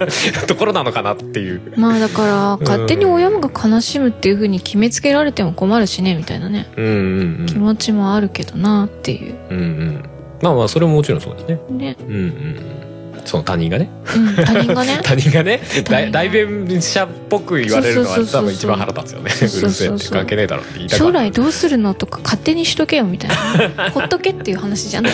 ところなのかなっていう。
うんまあだから勝手に親が悲しむっていうふうに決めつけられても困るしねみたいなね
うんうん
気持ちもあるけどなっていう
うんうんうんまあまあそれももちろんそうですね
ね、
うんうんうんその他人がね
うん、他人がね
他人がね
人が
代代弁者っぽく言われるのは
そうそうそうそう
多分一番腹立つよね
そうそ
る
ううそう
せえ
そう
って関係ねえだろって言いたく
将
なる
来どうするのとか勝手にしとけよみたい なほっとけっていう話じゃない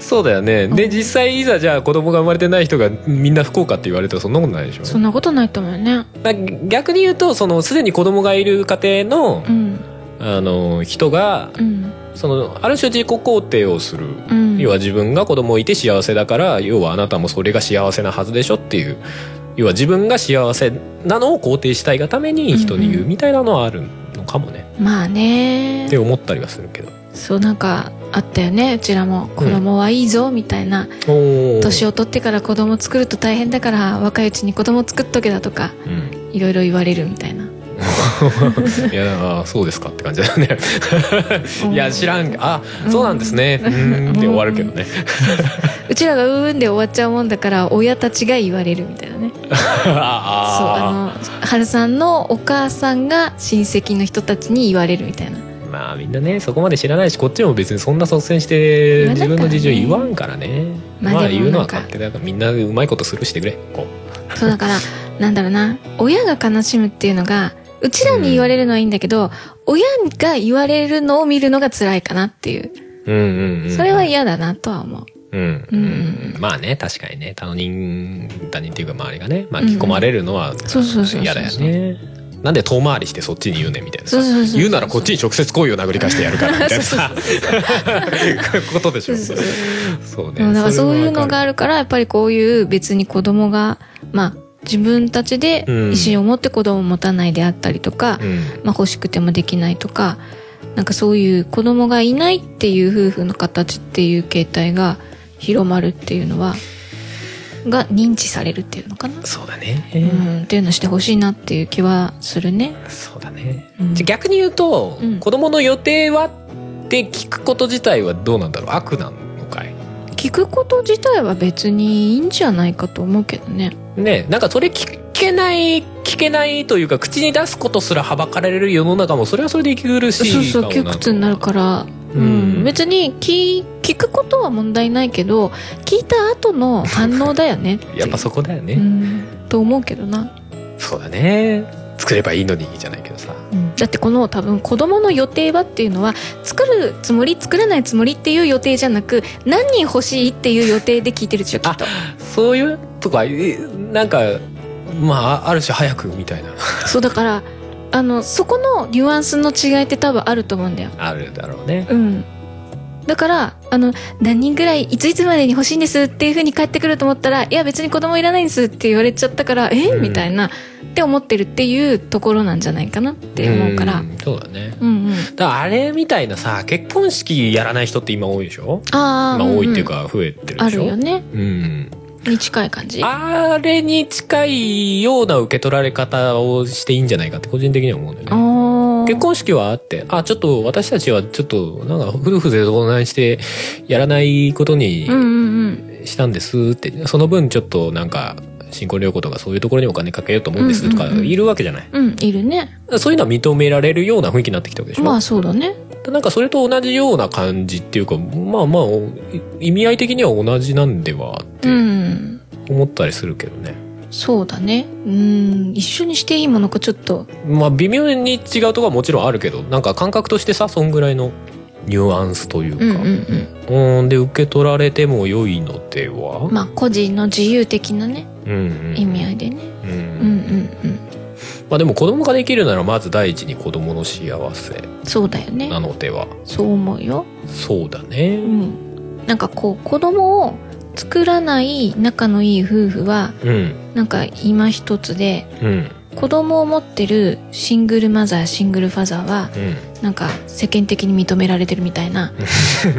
そうだよね
う
で
ん
実際いざじゃあ子供が生まれてない人がみんな不幸かって言われたらそんなことないでしょ
そんなことないと思うよね
だ逆に言うとそのすでに子供がいる家庭の
うん
あの人が
うん
そのある種自己肯定をする
うん
要は自分が子供いて幸せだから要はあなたもそれが幸せなはずでしょっていう要は自分が幸せなのを肯定したいがために人に言うみたいなのはあるのかもね、
まあね
って思ったりはするけど
そうなんかあったよねうちらも子供はいいぞみたいな、
お
年を取ってから子供作ると大変だから若いうちに子供作っとけだとか
うん
いろいろ言われるみたいな
いやあそうですかって感じだよね いや知らんあそうなんですねうーんって終わるけどね
うちらがうーんで終わっちゃうもんだから親たちが言われるみたいなね そう
あ
あの春さんのお母さんが親戚の人たちに言われるみたいな
あまあみんなねそこまで知らないしこっちも別にそんな率先して
言わな
自分の
いからね
事情言わんからね
まあ
まあ
でも
言うの
な
は
んか
勝手だからみんなうまいことスルーしてくれこ
そうだからなんだろうな親が悲しむっていうのがうちらに言われるのはいいんだけど、親が言われるのを見るのが辛いかなっていう
ううんうんうん
それは嫌だなとは思う、
うん
うん
まあね確かにね他人他人っていうか周りがね巻き込まれるのは
そうそうそうそう
嫌だよねなんで遠回りしてそっちに言うねみたいなさ
そうそうそうそう
言うならこっちに直接行為を殴り返してやるから みたいなさ ことでしょ
そうそう
そう
でも
ね
だからそういうのがあ
る
るからやっぱりこういう別に子供がまあ自分たちで
うん
意思を持って子供を持たないであったりとか、まあ、欲しくてもできないとかなんかそういう子供がいないっていう夫婦の形っていう形態が広まるっていうのはが認知されるっていうのかな、
そうだね、
うん、っていうのしてほしいなっていう気はするね。
そうだね、
うん
じゃあ逆に言うと、
うん
子供の予定はって聞くこと自体はどうなんだろう悪なのかい
聞くこと自体は別にいいんじゃないかと思うけどね。
ねなんかそれ聞けない聞けないというか口に出すことすらはばかられる世の中もそれはそれで息苦しい
そうそう窮
顔
屈になるから、う
うん
ん、別に聞聞くことは問題ないけど聞いた後の反応だよねていう
やっぱそこだよね、
うん、と思うけどな、
そうだね作ればいいのにじゃないけどさ
だってこの多分子供の予定はっていうのは作るつもり作らないつもりっていう予定じゃなく何人欲しいっていう予定で聞いてるでしょきっと
そういうとかえなんかまあある種早くみたいな
そうだからあのそこのニュアンスの違いって多分あると思うんだよ
あるだろうね
うん。だから、あの、何人ぐらい、いついつまでに欲しいんですっていう風に帰ってくると思ったら、いや別に子供いらないんですって言われちゃったから、え
うん
みたいな、って思ってるっていうところなんじゃないかなって思うから。
んそうだね
うんうん。
だからあれみたいなさ結婚式やらない人って今多いでしょ
ああ。
今多いっていうんか増えてる
うん。あ
でしょ
るよね。
うん
に近い感じ。
あれに近いような受け取られ方をしていいんじゃないかって個人的には思うんだよね。結
結
婚式はあって、あ、ちょっと私たちはちょっとなんか夫婦で同談してやらないことに
うんうん
したんですって、その分ちょっとなんか新婚旅行とかそういうところにお金かけようと思うんですとか
うんうんうん
いるわけじゃない。
うん。うん、いるね。
そういうのは認められるような雰囲気になってきたわけでしょ、
まあそうだね。
なんかそれと同じような感じっていうか、まあまあお意味合い的には同じなんではって
うん。
思ったりするけどね。
そうだね。うん。一緒にしていいものかちょっと。
まあ微妙に違うとこはもちろんあるけどなんか感覚としてさそんぐらいのニュアンスというか、
うんうんうん。
うーんで受け取られても良いのでは、
まあ個人の自由的なね、
うんうん、
意味合いでね。
うん
うんうんうん。
まあでも子供ができるならまず第一に子供の幸せ
そうだよね
なのでは
そう思うよ、
そうだ
う
ね
ん、なんかこう子供を作らない仲のいい夫婦は
うん
なんか今一つで
うんうん
子供を持ってるシングルマザーシングルファザーはなんか世間的に認められてるみたいな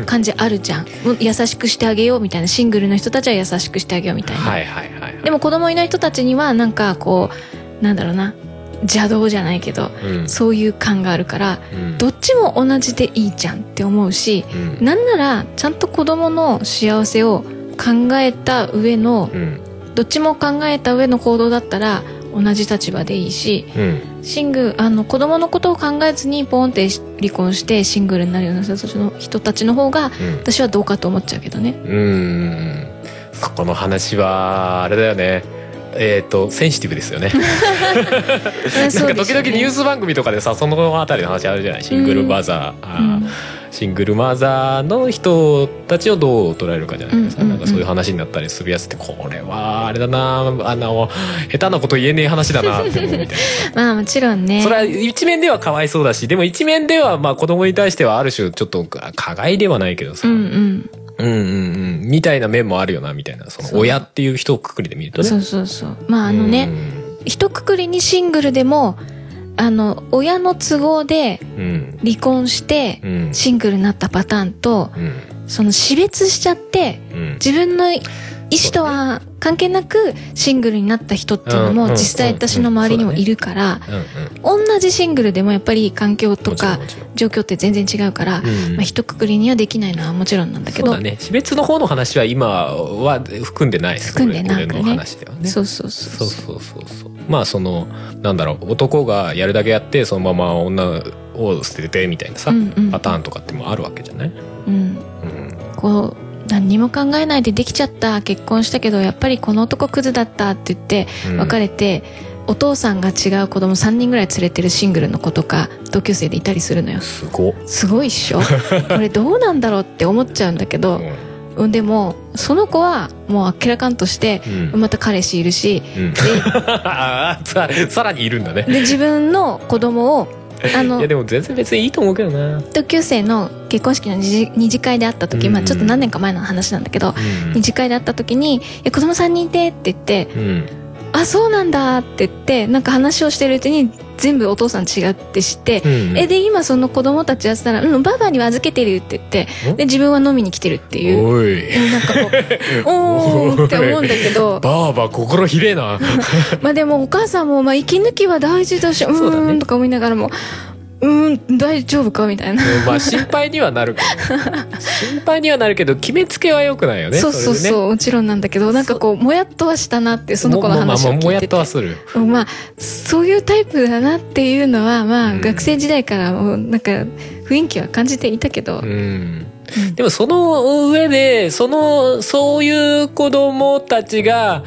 感じあるじゃんもう優しくしてあげようみたいなシングルの人たちは優しくしてあげようみたいな、
はいはいはいはい
でも子供いない人たちにはなんかこうなんだろうな邪道じゃないけど
うん
そういう感があるから
うん
どっちも同じでいいじゃんって思うし
うん
なんならちゃんと子供の幸せを考えた上の
うん
どっちも考えた上の行動だったら同じ立場でいいし
うん
シングあの子供のことを考えずにポンって離婚してシングルになるような人たちの人たちの方が
うん
私はどうかと思っちゃうけどね
うーんそこの話はあれだよねえっ、とセンシティブですよ ね なんか時々ニュー
ス
ス番組とかでさそのあたりの話あるじゃないシングルマザー、あーシングルマザーの人たちをどう捉えるかじゃないですか,、
うんうんうん
なんかそういう話になったりするやつってこれはあれだなあの下手なこと言えねえ話だなって思うみたい
まあもちろん
な
ね
それは一面ではかわいそうだしでも一面ではまあ子供に対してはある種ちょっと加害ではないけどさ、
うんうん
うんうんうん。みたいな面もあるよな、みたいな。そ
そ
の、
う
親っていう人をくくりで見るとね。
そうそうそうまああの
う
ね
ん
一括りにシングルでもあの親の都合で
うん。
離婚して
うん。うん。
シングルになったパターンと
うん。
その死別しちゃって
うん。
自分の意思とは関係なくシングルになった人っていうの
うん
も
うん
実際私の周りにもいるから、
うんうん
同じシングルでもやっぱり環境とか
もちろんも
状況って全然違うから、
ちろんうんうん
まあ、一括りにはできないのはもちろんなんだけ
そう
ど
だね死別の方の話は今は含んでないです
含んでない
これこれの話ではね
そうそうそ
そううそうそうそうまあそのなんだろう男がやるだけやってそのまま女を捨ててみたいなさ、
うんうん
パターンとかってもあるわけじゃない、う
うん
ん、
こう何にも考えないでできちゃった結婚したけどやっぱりこの男クズだったって言って
うん
別れて、お父さんが違う子供3人ぐらい連れてるシングルの子とか同級生でいたりするのよ
すごっ
すごいっ しょこれどうなんだろうって思っちゃうんだけ
う
ど
ん
うんでもその子はもうあっけらかんとして
うん
また彼氏いるし
うん、あーささらにいるんだね
で自分の子供をあ
い
の
やでも全然別にいいと思うけどな、うん
同級生の結婚式の二次二次会で会った時、まあ、ちょっと何年か前の話なんだけど、二次会で会った時に「え子供3人いて」って言って
うん、
「あそうなんだ」って言ってなんか話をしてるうちに全部お父さん違うって知って
う
「
ん、
えで今その子供たちやってたら「うんばあばには預けてる」って言って
ん
で自分は飲みに来てるっていう。
おい
でもなんかこ うおーって思うんだけど
バーバー心ひれえな
まあでもお母さんもまあ息抜きは大事だしう
そうだね
ーんとか思いながらもうーん大丈夫かみたいな
まあ心配にはなるけ ど心配にはなるけど決めつけは良くないよね
そうそうそう
れでね
もちろんなんだけどなんかこうもやっとはしたなってその子の話を聞いてて
ももやっとはする
うんまあそういうタイプだなっていうのはまあ、
うん
学生時代からもうなんか雰囲気は感じていたけど、
うんでもその上でそのそういう子供たちが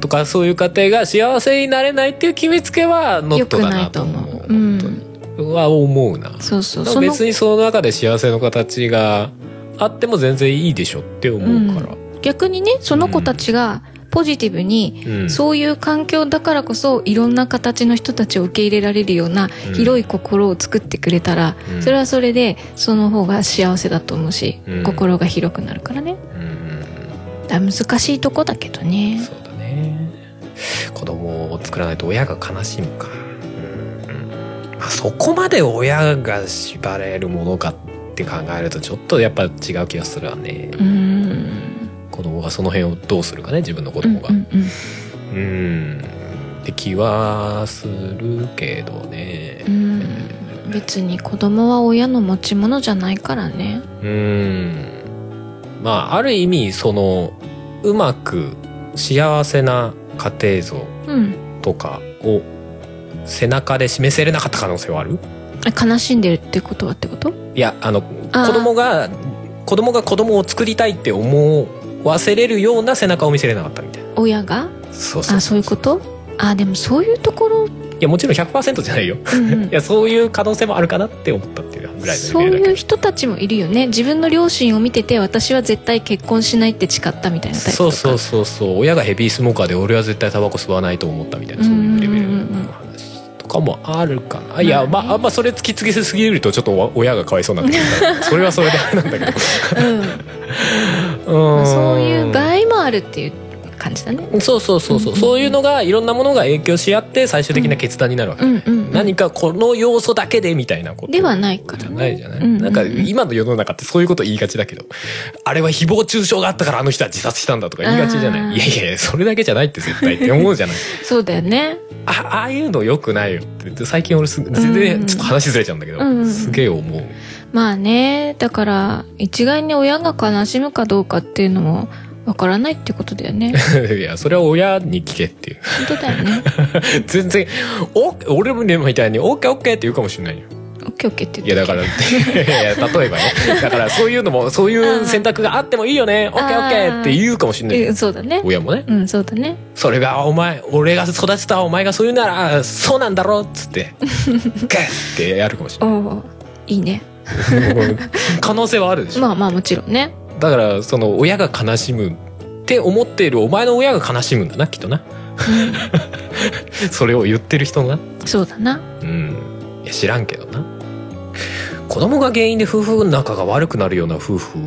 とかそういう家庭が幸せになれないっていう決めつけはノ
良
ット
く
だ
な
ない
と
と
思
思
う
う、
うん、
は思うな
そうそうその
別にその中で幸せの形があっても全然いいでしょって思うから、
逆にねその子たちがポジティブに、
うん
そういう環境だからこそいろんな形の人たちを受け入れられるような
うん
広い心を作ってくれたら、
うん
それはそれでその方が幸せだと思うし、
うん
心が広くなるからね
うん
だ難しいとこだけどね
そうだね子供を作らないと親が悲しむかうんまあそこまで親が縛れるものかって考えるとちょっとやっぱ違う気がするわね
うーん
子供がその辺をどうするかね自分の子供が
うんうんうん
うんって気はするけどね
うん別に子供は親の持ち物じゃないからね
うんまあある意味そのうまく幸せな家庭像
うん
とかを背中で示せれなかった可能性はある
え悲しんでるってことはってこと
いやあの
あー
子供が子供が子供を作りたいって思わせれるような背中を見せれなかったみたいな
親が
そうそう
あそういうことあでもそういうところ、
いやもちろん100%じゃないよ
うんうん
いやそういう可能性もあるかなって思ったっていう ぐらいの
そう
レベルだけ
いう人たちもいるよね自分の両親を見てて私は絶対結婚しないって誓ったみたい
ど
なタイプ
そうそう
そ
そうそう親がヘビースモーカーで俺は絶対タバコ吸わないと思ったみたいなそういうレベルの話とかもあるかないやまああんまそれ突き詰めすぎるとちょっとわ親がかわいそうなんだけどそれはそれであれなんだ けど
う,、うんまあ、そういう場合もあるっていう感じだね
そうそうそうそう、
うんうんうん
そういうのがいろんなものが影響し合って最終的な決断になるわけ、
うんうん
何かこの要素だけでみたいなこと
ではないからね
じゃないじゃない、
うんうんうん
なんか今の世の中ってそういうこと言いがちだけどあれは誹謗中傷があったからあの人は自殺したんだとか言いがちじゃな
あー
いいやいやいやそれだけじゃないって絶対って思う じゃない
そうだよね
あああいうの良くないよって最近俺す全然ちょっと話ずれちゃうんだけど、
うんうん
すげえ思う
まあねだから一概に親が悲しむかどうかっていうのもわからないってことだ よね
いやそれは親に聞けっていう
本当だよね
全然お俺もねみたいに「オッケーオッケー」って言うかもしれないよ
オッケーオッケーって
い
言って
やだから いや例えばねだからそういうのもそういう選択があってもいいよねオッケーオッケーって言うかもしれない
え
よ
そうだね
親もね
うんそうだね
それがお前俺が育てたお前がそういうならそうなんだろうっつって グッってやるかもし
お
れ
おいいね
ない可能性はあるでしょ、
まあまあもちろんね
だからその親が悲しむって思っているお前の親が悲しむんだなきっとなそれを言ってる人が
そうだな
うんいや知らんけどな子供が原因で夫婦仲が悪くなるような夫婦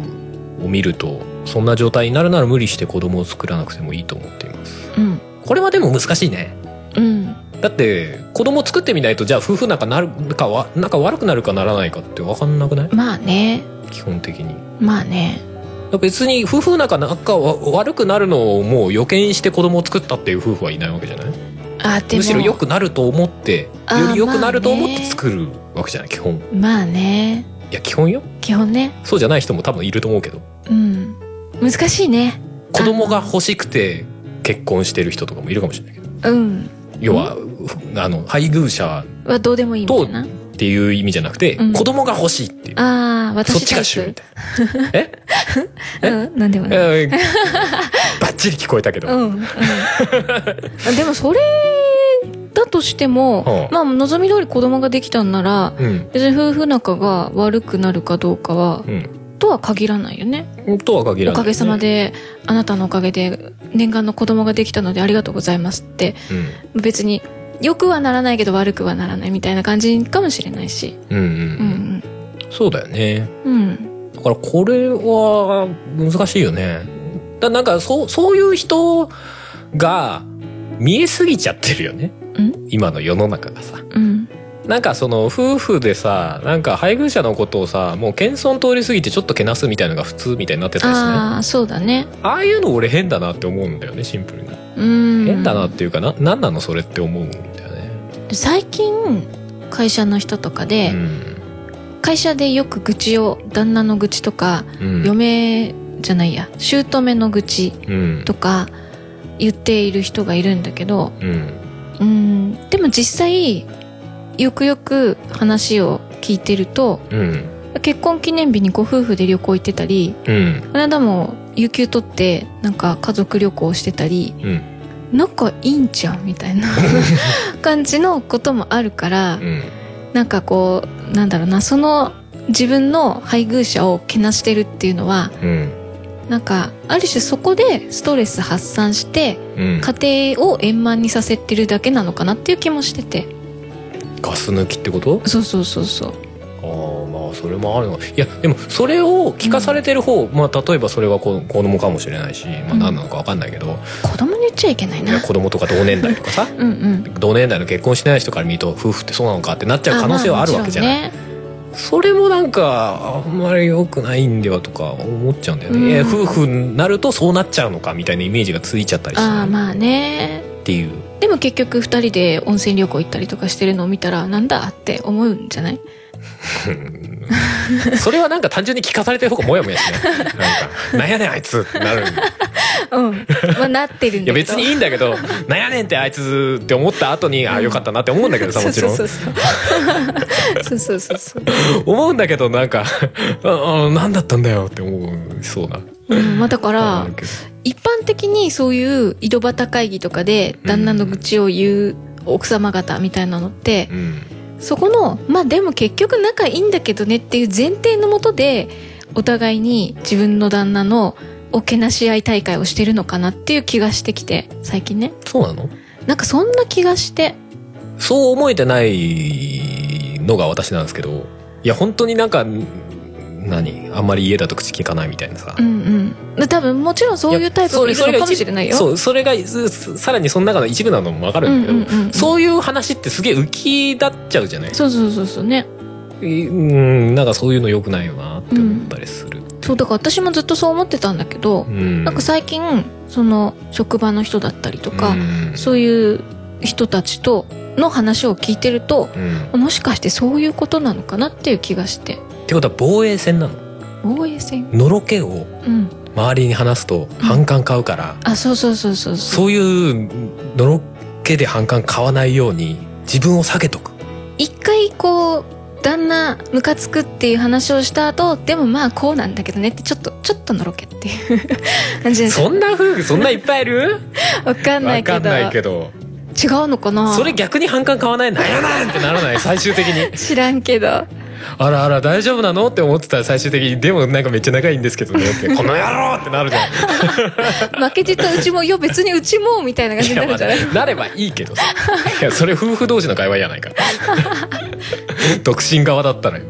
を見るとそんな状態になるなら無理して子供を作らなくてもいいと思っています
うん
これはでも難しいね
うん
だって子供作ってみないとじゃあ夫婦仲なるかわ仲悪くなるかならないかって分かんなくない
まあね
基本的に
まあね
別に夫婦仲仲は悪くなるのをもう予見して子供を作ったっていう夫婦はいないわけじゃない
あでも
むしろ良くなると思って
あー
より良くなると思っ
まあ
て
ね
作るわけじゃない基本
まあね
いや基本よ
基本ね
そうじゃない人も多分いると思うけど
うん難しいね
子供が欲しくて結婚してる人とかもいるかもしれないけど
うん
要はあの配偶者
はどうでもいいみたいな
っていう意味じゃなくて、
うん
子供が欲しいっていう
ああ
そっ
私
ち
タ
が
イ
主み
プ
たいなええ
うんなんでもない
えーバッチリ聞こえたけど、
うん、うん、でもそれだとしても
は、あ
まあ望み通り子供ができたんなら
うん
別に夫婦仲が悪くなるかどうかはとは限らないよね
とは限ら
お
ない、
かげさま、であなたのおかげで念願の子供ができたのでありがとうございますって別に良くはならないけど悪くはならないみたいな感じかもしれないし
うん、うんう
う
ん
ん
そうだよね
うんうん
だからこれは難しいよねだなんかそうそういう人が見えすぎちゃってるよね
ん
今の世の中がさ
うん
なんかその夫婦でさなんか配偶者のことをさもう謙遜通り過ぎてちょっとけなすみたいのが普通みたいになってたりしてね
ああそうだね
ああいうの俺変だなって思うんだよねシンプルに
うん
変だなっていうかな何なのそれって思うんだよね
最近会社の人とか
う
で、
ん
会社でよく愚痴を旦那の愚痴とか、
うん
嫁じゃないや姑の愚痴
うん
とか言っている人がいるんだけど
うん
うんでも実際よくよく話を聞いてると
うん
結婚記念日にご夫婦で旅行行ってたり
うん
この間も有給取ってなんか家族旅行してたり
うん
仲いいんちゃうみたいな 感じのこともあるから
うん
なんかこうなんだろうなその自分の配偶者をけなしてるっていうのは
うん
なんかある種そこでストレス発散して
うん
家庭を円満にさせてるだけなのかなっていう気もしてて
ガス抜きってこと
そうそうそうそう
ああまあそれもあるのいやでもそれを聞かされてる方、まあ例えばそれは子子供かもしれないし、まあ、
うん
何なのか分かんないけど、
子供に言っちゃいけない
いや
な
子供とか同年代とかさ
うんうん
同年代の結婚してない人から見ると夫婦ってそうなのかってなっちゃう可能性はあるわけじゃない、
あまあもち
それもなんかあんまり良くないんではとか思っちゃうんだよね、
うん
いや夫婦になるとそうなっちゃうのかみたいなイメージがついちゃったりし
ろんねあ
な
あ
い
まあね
っていう、
でも結局二人で温泉旅行行ったりとかしてるのを見たらなんだって思うんじゃない
それはなんか単純に聞かされてる方がモヤモヤしないなんか「なんやねんあいつ」ってな る
うんまあなってるん
い
だけど
や別にいいんだけど「なんやねんってあいつ」って思った後に「ああよかったな」って思うんだけどさもちろん
そうそう そうそうそうそうそう
思うんだけどなんか 「ああ何だったんだよ」って思うそうな
うんまあだから
あるけど
一般的にそういう井戸端会議とかで旦那の愚痴を言う奥様方みたいなのって
うん
そこのまあでも結局仲いいんだけどねっていう前提のもとでお互いに自分の旦那のおけなし合い大会をしてるのかなっていう気がしてきて最近ね
そうなの
なんかそんな気がして
そう思えてないのが私なんですけどいや本当になんかん何あんまり家だと口聞かないみたいなさ、
うんうん多分もちろんそういうタイプもいるのかもしれないよ
そうそれがすすさらにその中の一部なのも分かるんだけど、
うんうんうん
そういう話ってすげえ浮き立っちゃうじゃない
そうそうそうそうね
うんなんかそういうの良くないよなって思ったりする、
そうだから私もずっとそう思ってたんだけど
うん
なんか最近その職場の人だったりとか、
うん
そういう人たちとの話を聞いてると
うん
もしかしてそういうことなのかなっていう気がして
ってことは防衛戦なの
防衛戦
のろけを
うん
周りに話すと反感買うから、
あそうそうそうそうそう
そういうのろけで反感買わないように自分を下げとく
一回こう旦那ムカつくっていう話をした後でもまあこうなんだけどねってちょっとちょっとのろけっていう 感じです
そんな夫婦そんないっぱいいる
わかんな
わ
いけ
か
ど
んないけど
違うのかな
それ逆に反感買わないなんやなんってならない最終的に
知らんけど
あらあら大丈夫なのって思ってたら最終的にでもなんかめっちゃ仲いいんですけどねってこの野郎ってなるじ ゃん
負けじとうちもいや別にうちもみたいな感じになるんじゃない
いやまあなればいいけどさいやそれ夫婦同士の会話やないから 独身側だったらよ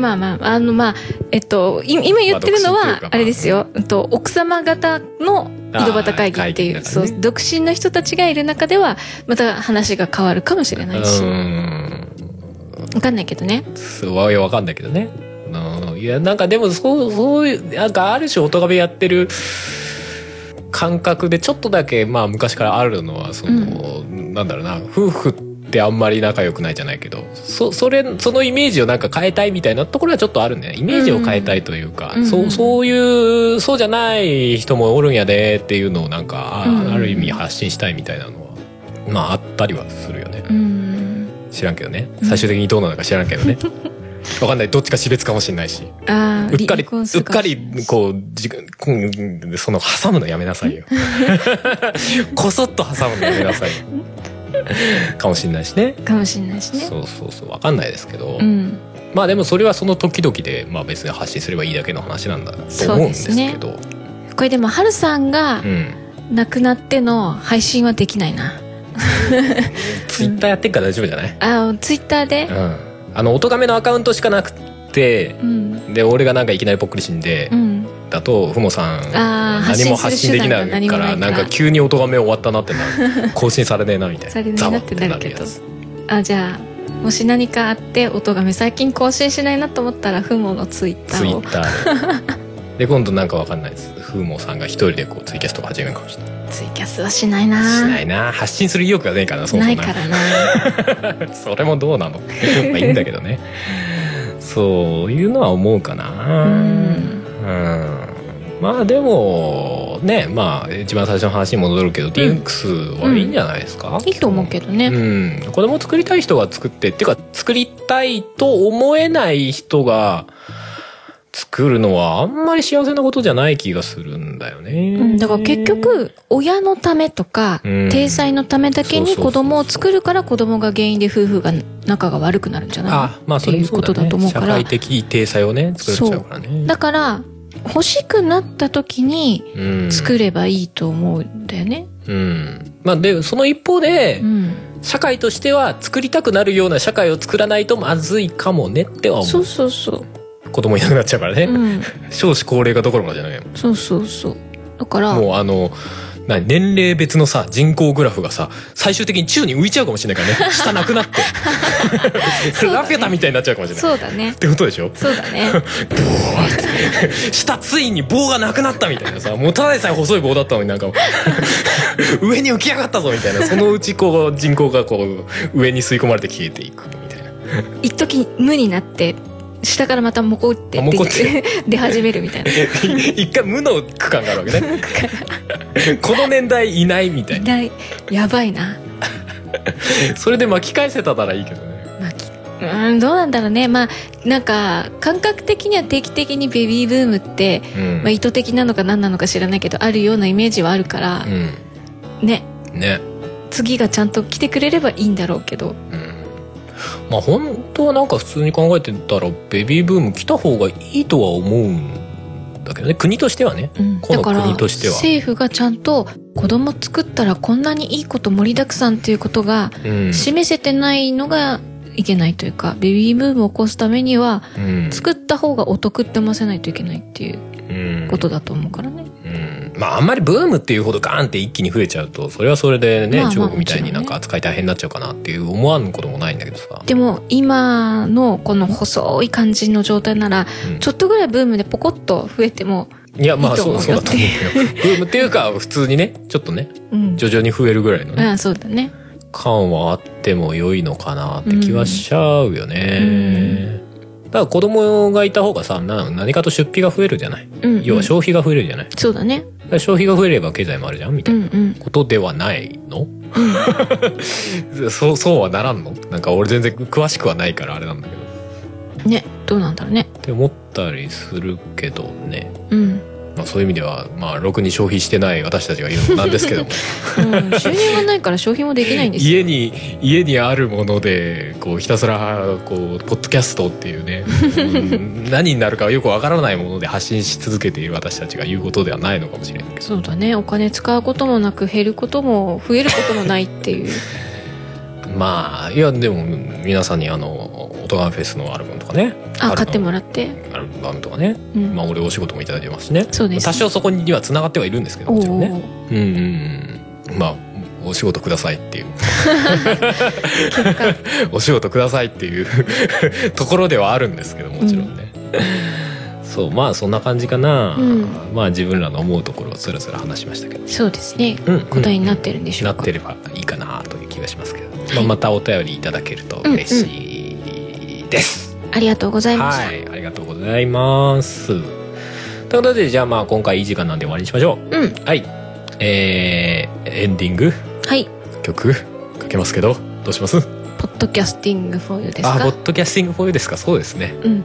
まあまあ、あの、まあ、えっと、い今言ってるの
まあ独身というか
は
ま、あ
あれですよ、うんと、奥様方の井戸端会議っていう、
あー会議の中ね
そう、独身の人たちがいる中では、また話が変わるかもしれ
う
ないし、わ
ーん
かんないけどね。
そうわわかんないけどねうんいやなんかでもそうそういうなんかある種音がめやってる感覚でちょっとだけまあ昔からあるのはその、なんだろうな夫婦ってあんまり仲良くないじゃないけどそそれそのイメージをなんか変えたいみたいなところはちょっとあるねイメージを変えたいというか、
うん
そうそういうそうじゃない人もおるんやでっていうのをなんか、あ
うん
ある意味発信したいみたいなのはまああったりはするよね。
うん
知らんけどね最終的にどうなのか知らんけどねわかんないどっちか熾烈かもしれないし
あー
うっかり
離婚す
うっ
る
か
もしれ
り
ない
こうじこうその挟むのやめなさいよこそっと挟むのやめなさいよかもしれないしね
かもしれないしね
そうそうそうわかんないですけど、
うん
まあでもそれはその時々で、まあ、別に発信すればいいだけの話なんだと思うんですけど
これでもハルさんが
うん
亡くなっての配信はできないな
ツイッターやってっから大丈夫じゃない、
あツイッター
う
で
ん、あの音亀のアカウントしかなくて
うん
で俺がなんかいきなりぽっくり死んで、
うん
だとふもさん
あー
何も発信できない
発信する手段が何
か
も
ら
ないか
な
ら
んか急に音が目終わったなってな る更新されねえなみたいな
されないなってなるけ
ざ
ど
わってなる
あじゃあもし何かあって音がめ最近更新しないなと思ったらフモのツイッ
やつ
タ
ツイ
ーを
ッターでで今度なんかわかんないですふもさんが一人でこうツイキャスとか始めるかもしれない
ツイキャスはしないな
しないな発信する意欲がねえからなそもそ
な
も
い
な
からな
それも どうなのまあいいんだけどねそういうのは思うかな
うん
うんまあでもねまあ一番最初の話に戻るけど、ディンクスはいいんじゃないですか、
いいと思うけどね、
うん、子供作りたい人が作ってっていうか作りたいと思えない人が作るのはあんまり幸せなことじゃない気がするんだよね。
うん、だから結局親のためとか、
うん
体裁のためだけ
そう
に
そうそう
子供を作るから子供が原因で夫婦が仲が悪くなるんじゃない
あまあそれもそう
っていうことだと思うから
社会的体裁をね作っちゃうからね。
だから欲しくなった時に
うん、
作ればいいと思うんだよね。
うん、まあでその一方で、
うん。
社会としては作りたくなるような社会を作らないとまずいかもねっては思
そううそうそう。
子供いなくなっちゃうからね、
うん。
少子高齢化どころかじゃないよ
そうそうそう。だから、
もうあの何年齢別のさ人口グラフがさ最終的に宙に浮いちゃうかもしれないからね下なくなってラピュタみたいになっちゃうかもしれない
そうだね
っ。てことでしょ
そうだね。
下ついに棒がなくなったみたいなさもうただでさえ細い棒だったのになんか上に浮き上がったぞみたいなそのうちこう人口がこう上に吸い込まれて消えていくみたいな
一時無になって、下からまたモコって
あモコって
出始めるみたいな。
一回無の区間があるわけねこの年代いないみたい
い
な
ない。やばいな。
それで巻き返せたならいいけどね
まあきうん、どうなんだろうね。まあ、なんか、感覚的には定期的にベビーブームって、
うん
まあ、意図的なのか何なのか知らないけど、あるようなイメージはあるから、ね、
うんね
次がちゃんと来てくれればいいんだろうけど。
まあ本当はなんか普通に考えてたらベビーブーム来た方がいいとは思うんだけどね国としてはね
うん
この
だから
国としては
政府がちゃんと子供作ったらこんなにいいこと盛りだくさんっていうことが
うん、
示せてないのがいけないというか、ベビーブームを起こすためには
うん
作った方がお得って思わせないといけないっていう
うん
ことだと思うからね。
うんまああんまりブームっていうほどガーンって一気に増えちゃうとそれはそれでね、
まあまあ
中国みたいになんか
も
扱い大変になっちゃうかなっていう思わんこともないんだけどさ
でも今のこの細い感じの状態なら、
うん
ちょっとぐらいブームでポコッと増えても、
いやまあ
いいと
そ
思
う
う
そう
よ
だと思うけどブームっていうか普通にねちょっとね
うん。
徐々に増えるぐらいのね
ああ、そうだね。
感はあっても良いのかなって気はしちゃうよね。だから子供がいた方がさな何かと出費が増えるじゃない
うん、うん。
要は消費が増えるじゃない、
そうだね。
だから消費が増えれば経済もあるじゃんみた
う
い
んうん。
なことではない の、そうそうはならんのなんか俺全然詳しくはないからあれなんだけど
ね、どうなんだろうね。
って思ったりするけどね、
うん。
まあ、そういう意味ではまあろくに消費してない私たちが言うのもなんですけども
うん、収入がないから消費もできないんですよ。
家に家にあるものでこうひたすらこうポッドキャストっていうね、うん 何になるかよくわからないもので発信し続けている私たちが言うことではないのかもしれないけど
そうだね。お金使うこともなく、減ることも、増えることもないって いう。
まあいやでも皆さんにあの「オトガンフェス」のアルバムとかね
あ、買っても
ら
らって。
アルバムとかね、
うん。
まあ、俺お仕事もいただいてますしね
そうです、
多少そこにはつながってはいるんですけど
お
も
う
ちろ
お
ん
う、
ねうんうんうんまあお仕事くださいっていう お仕事くださいっていうところではあるんですけどもちろんね、そうまあそんな感じかな、
うん
まあ自分らの思うところをつらつら話しましたけど、
そうですね
うん
答えになってるんでしょうか
なってればいいかなという気がしますけど、
い
まあ、またお便りいただけると嬉しいです、
ありがとうございました、
はいありがとうございますということでじゃあまあ今回いい時間なんで終わりにしましょう
うん
はいえー、エンディング
はい
曲かけますけどどうします
ポッドキャスティングフォーユーです
あポ
か
ッドキャスティングフォーユーですかそうですね
うん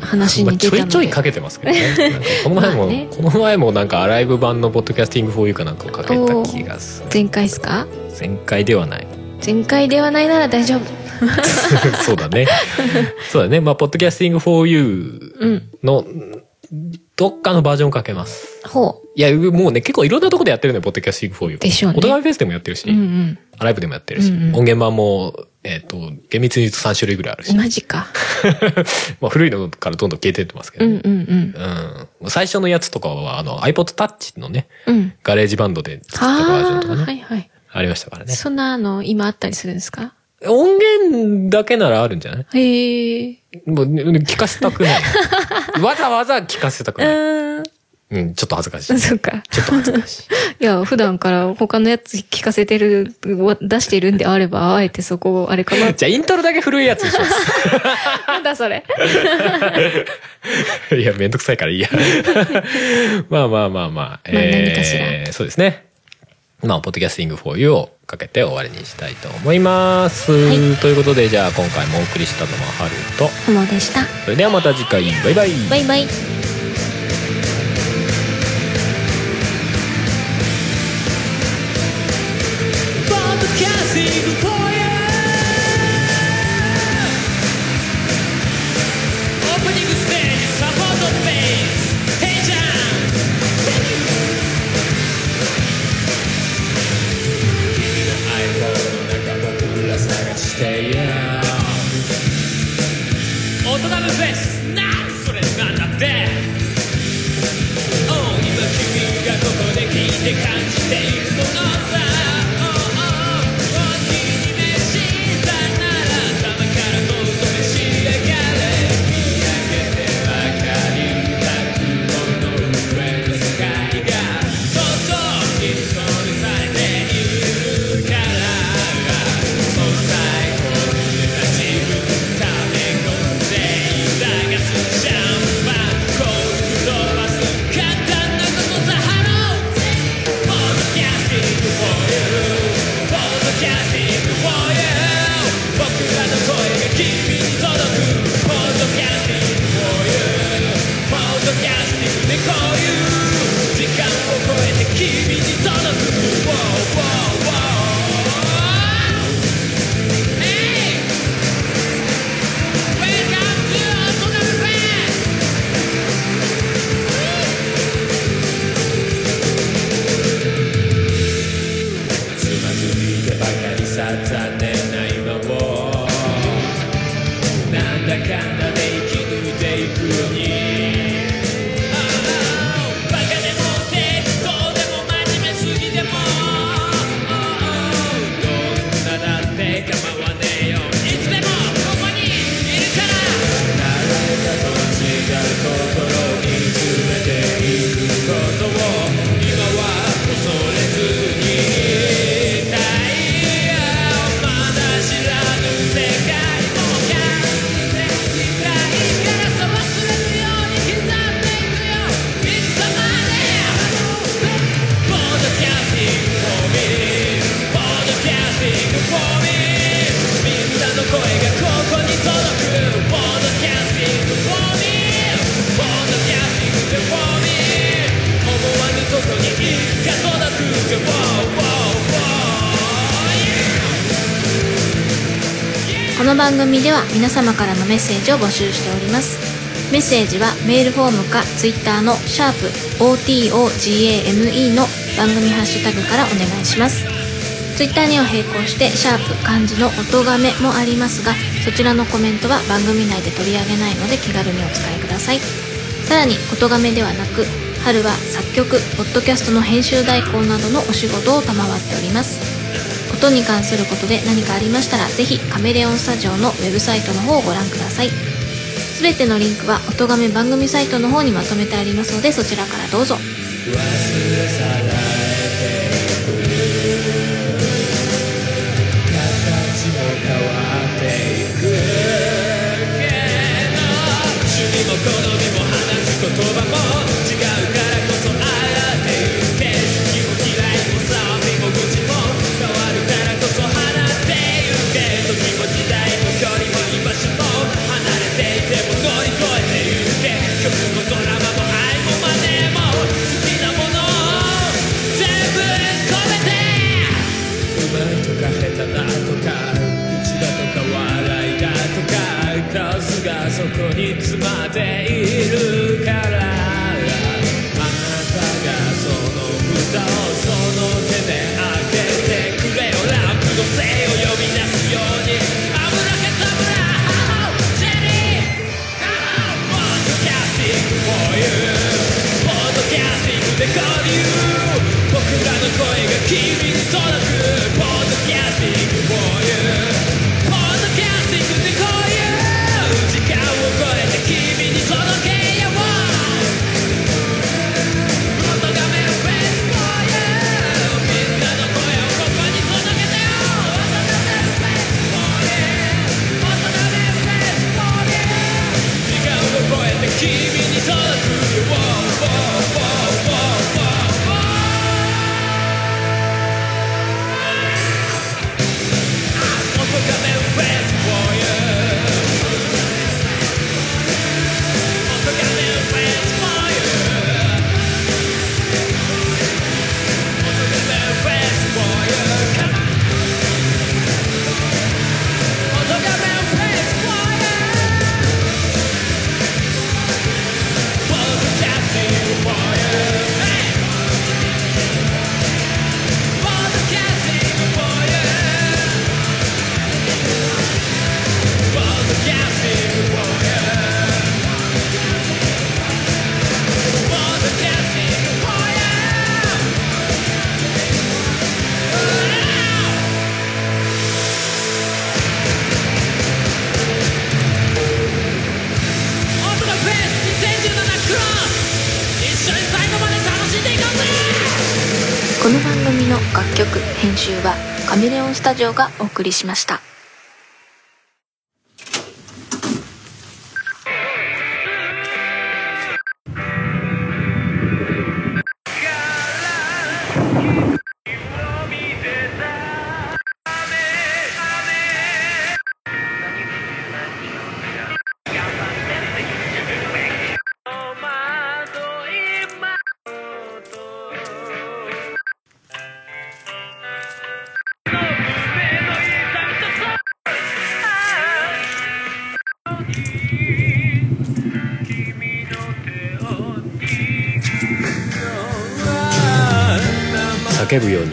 話
まあ
に
ち
出
ょ
たので、
いちょいかけてますけど ねなんかこの前も、
まあね
この前もなんかアライブ版のポッドキャスティングフォーユーかなんかをかけた気がする
前回ですか
前回では ない
前回ではないなら大丈夫
そうだねそうだねまあポッドキャスティングフォーユ
うん
ーのどっかのバージョンかけます
ほ
いやもうね結構いろんなとこでやってるのよポッドキャスティングフォーユー
でしょうね
お互いフェスでもやってるし、
ううん
アライブでもやってるし、
うんうん
音源版もえっ、と厳密に言うと3種類ぐらいある
う
し
ん、マジか
まあ、古いのからどんどん消えてってますけ
う
ど、
んうんうん
うん最初のやつとかは、あの、iPod Touch のね、
うん
ガレージバンドで作ったバージョン
あ
とか
あ
ね、
はいはい
ありましたからね。
そんなの今あったりするんですか
音源だけならあるんじゃない
へえ
もう、ね聞かせたく ない。わざわざ聞かせたく
う
ない。
ーん
うん、ちょっと恥ずかしい。ち
そっか
ょっと恥ずかしい。
いや普段から他のやつ聞かせてる出してるんであればあえてそこをあれ かな
じゃあ、イントロだけ古いやつにします。
なん だそれ
いや、めんどくさいからいい や。まあまあまあまあ。
何かしら
そうですね。まあ、ポッドキャスティング for you をかけて終わりにしたいと思います。
い
ということで、じゃあ今回もお送りしたのはハルと。
ふもでした
それではまた次回、バイバイ。
バイバイ
大人のフェス何それなんだっておう今君がここで聞いて感じているものさおうおうお気に召したなら頭からもう飛びし上がれ見上げてばかりた雲の上の世界がそっとに染めされているからもう最高に立ち向かっていたがそれでもシャンパンコール飛ばす簡単なことさハローポッドキャスティング for you ポッドキャスティング for you 僕らの声が君に届くポッドキャスティング for you ポッドキャスティングでこういう時間を超えて君に届く Wow, wow, wow. Hey! Welcome to Otona Fest!「つまずいてばかりさ残念な今を」「なんだかんだで生き抜いていくのに」「ああバカでも適当でも真面目すぎでも」「どんなだって構わねえよいつでもここにいるから」「誰かと違う心に詰めていくことを今は恐れず」「まだ知らぬ世界もやっと見えてきた」「ガラスを忘れるように刻んでいくよ」「いつかまで」「ボードキャスティング for me」「ボードキャスティング for me」「みんなの声がここに届く」「ボードキャスティング for me」「ボードキャスティング for me」「思わぬとこにいつか届く」「
この番組では皆様からのメッセージを募集しておりますメッセージはメールフォームかツイッターのシャープ o t o g a m e の番組ハッシュタグからお願いしますツイッターにを並行してシャープ漢字の音がめもありますがそちらのコメントは番組内で取り上げないので気軽にお使いくださいさらに音がめではなく春は作曲ポッドキャストの編集代行などのお仕事を賜っております音に関することで何かありましたらぜひカメレオンスタジオのウェブサイトの方をご覧ください
すべてのリンクは音亀番組サイトの方にまとめてありますのでそちらからどうぞ
趣味も好みも話す言葉も違うからこそあっている景色も嫌いも騒ぎも愚痴も変わるからこそ放っているけど時も時代も距離も居場所も離れていても乗り越えているけ曲もドラマも愛もマネも好きなものを全部込めてうまいとか下手だとか口だとか笑いだとかカオスがそこに詰まっているからあなたがその蓋をその手で開けてくれよランプのせいを呼び出すように危なかったブラハロジェリーハローポッドキャスティング for you ポッドキャスティングで交流僕らの声が君に届くポッドキャスティング for you ポッドキャスティングで交流時間を超えて君に届けよう音がめるフェス for you みんなの声をここに届けてよ音がめるフェス for you 音がめるフェス for you 時間を超えて君に届く Wow, wow, wow, wow, wow. 音がめるフェス for you 音がめるフェス for you 音がめるフェス for you Come on 音がめるフェス for you 僕たち for you Hey! 僕たち for you Wow! 音がフェス2017クロス一緒に最後まで楽しんでいこうぜ
この番組の楽曲編集はカメレオンスタジオがお送りしました
叫ぶように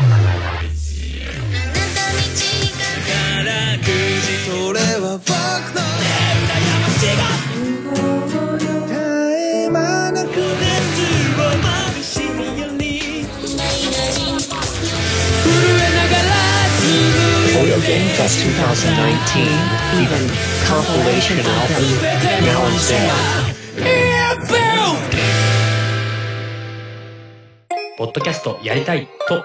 あなたに近い
それは僕の羨ましが絶え間なく熱をまぶしいように震えながら紡
Photo Game Fest 2019, even compilation album, now on sale.
ポッドキャストやりたいと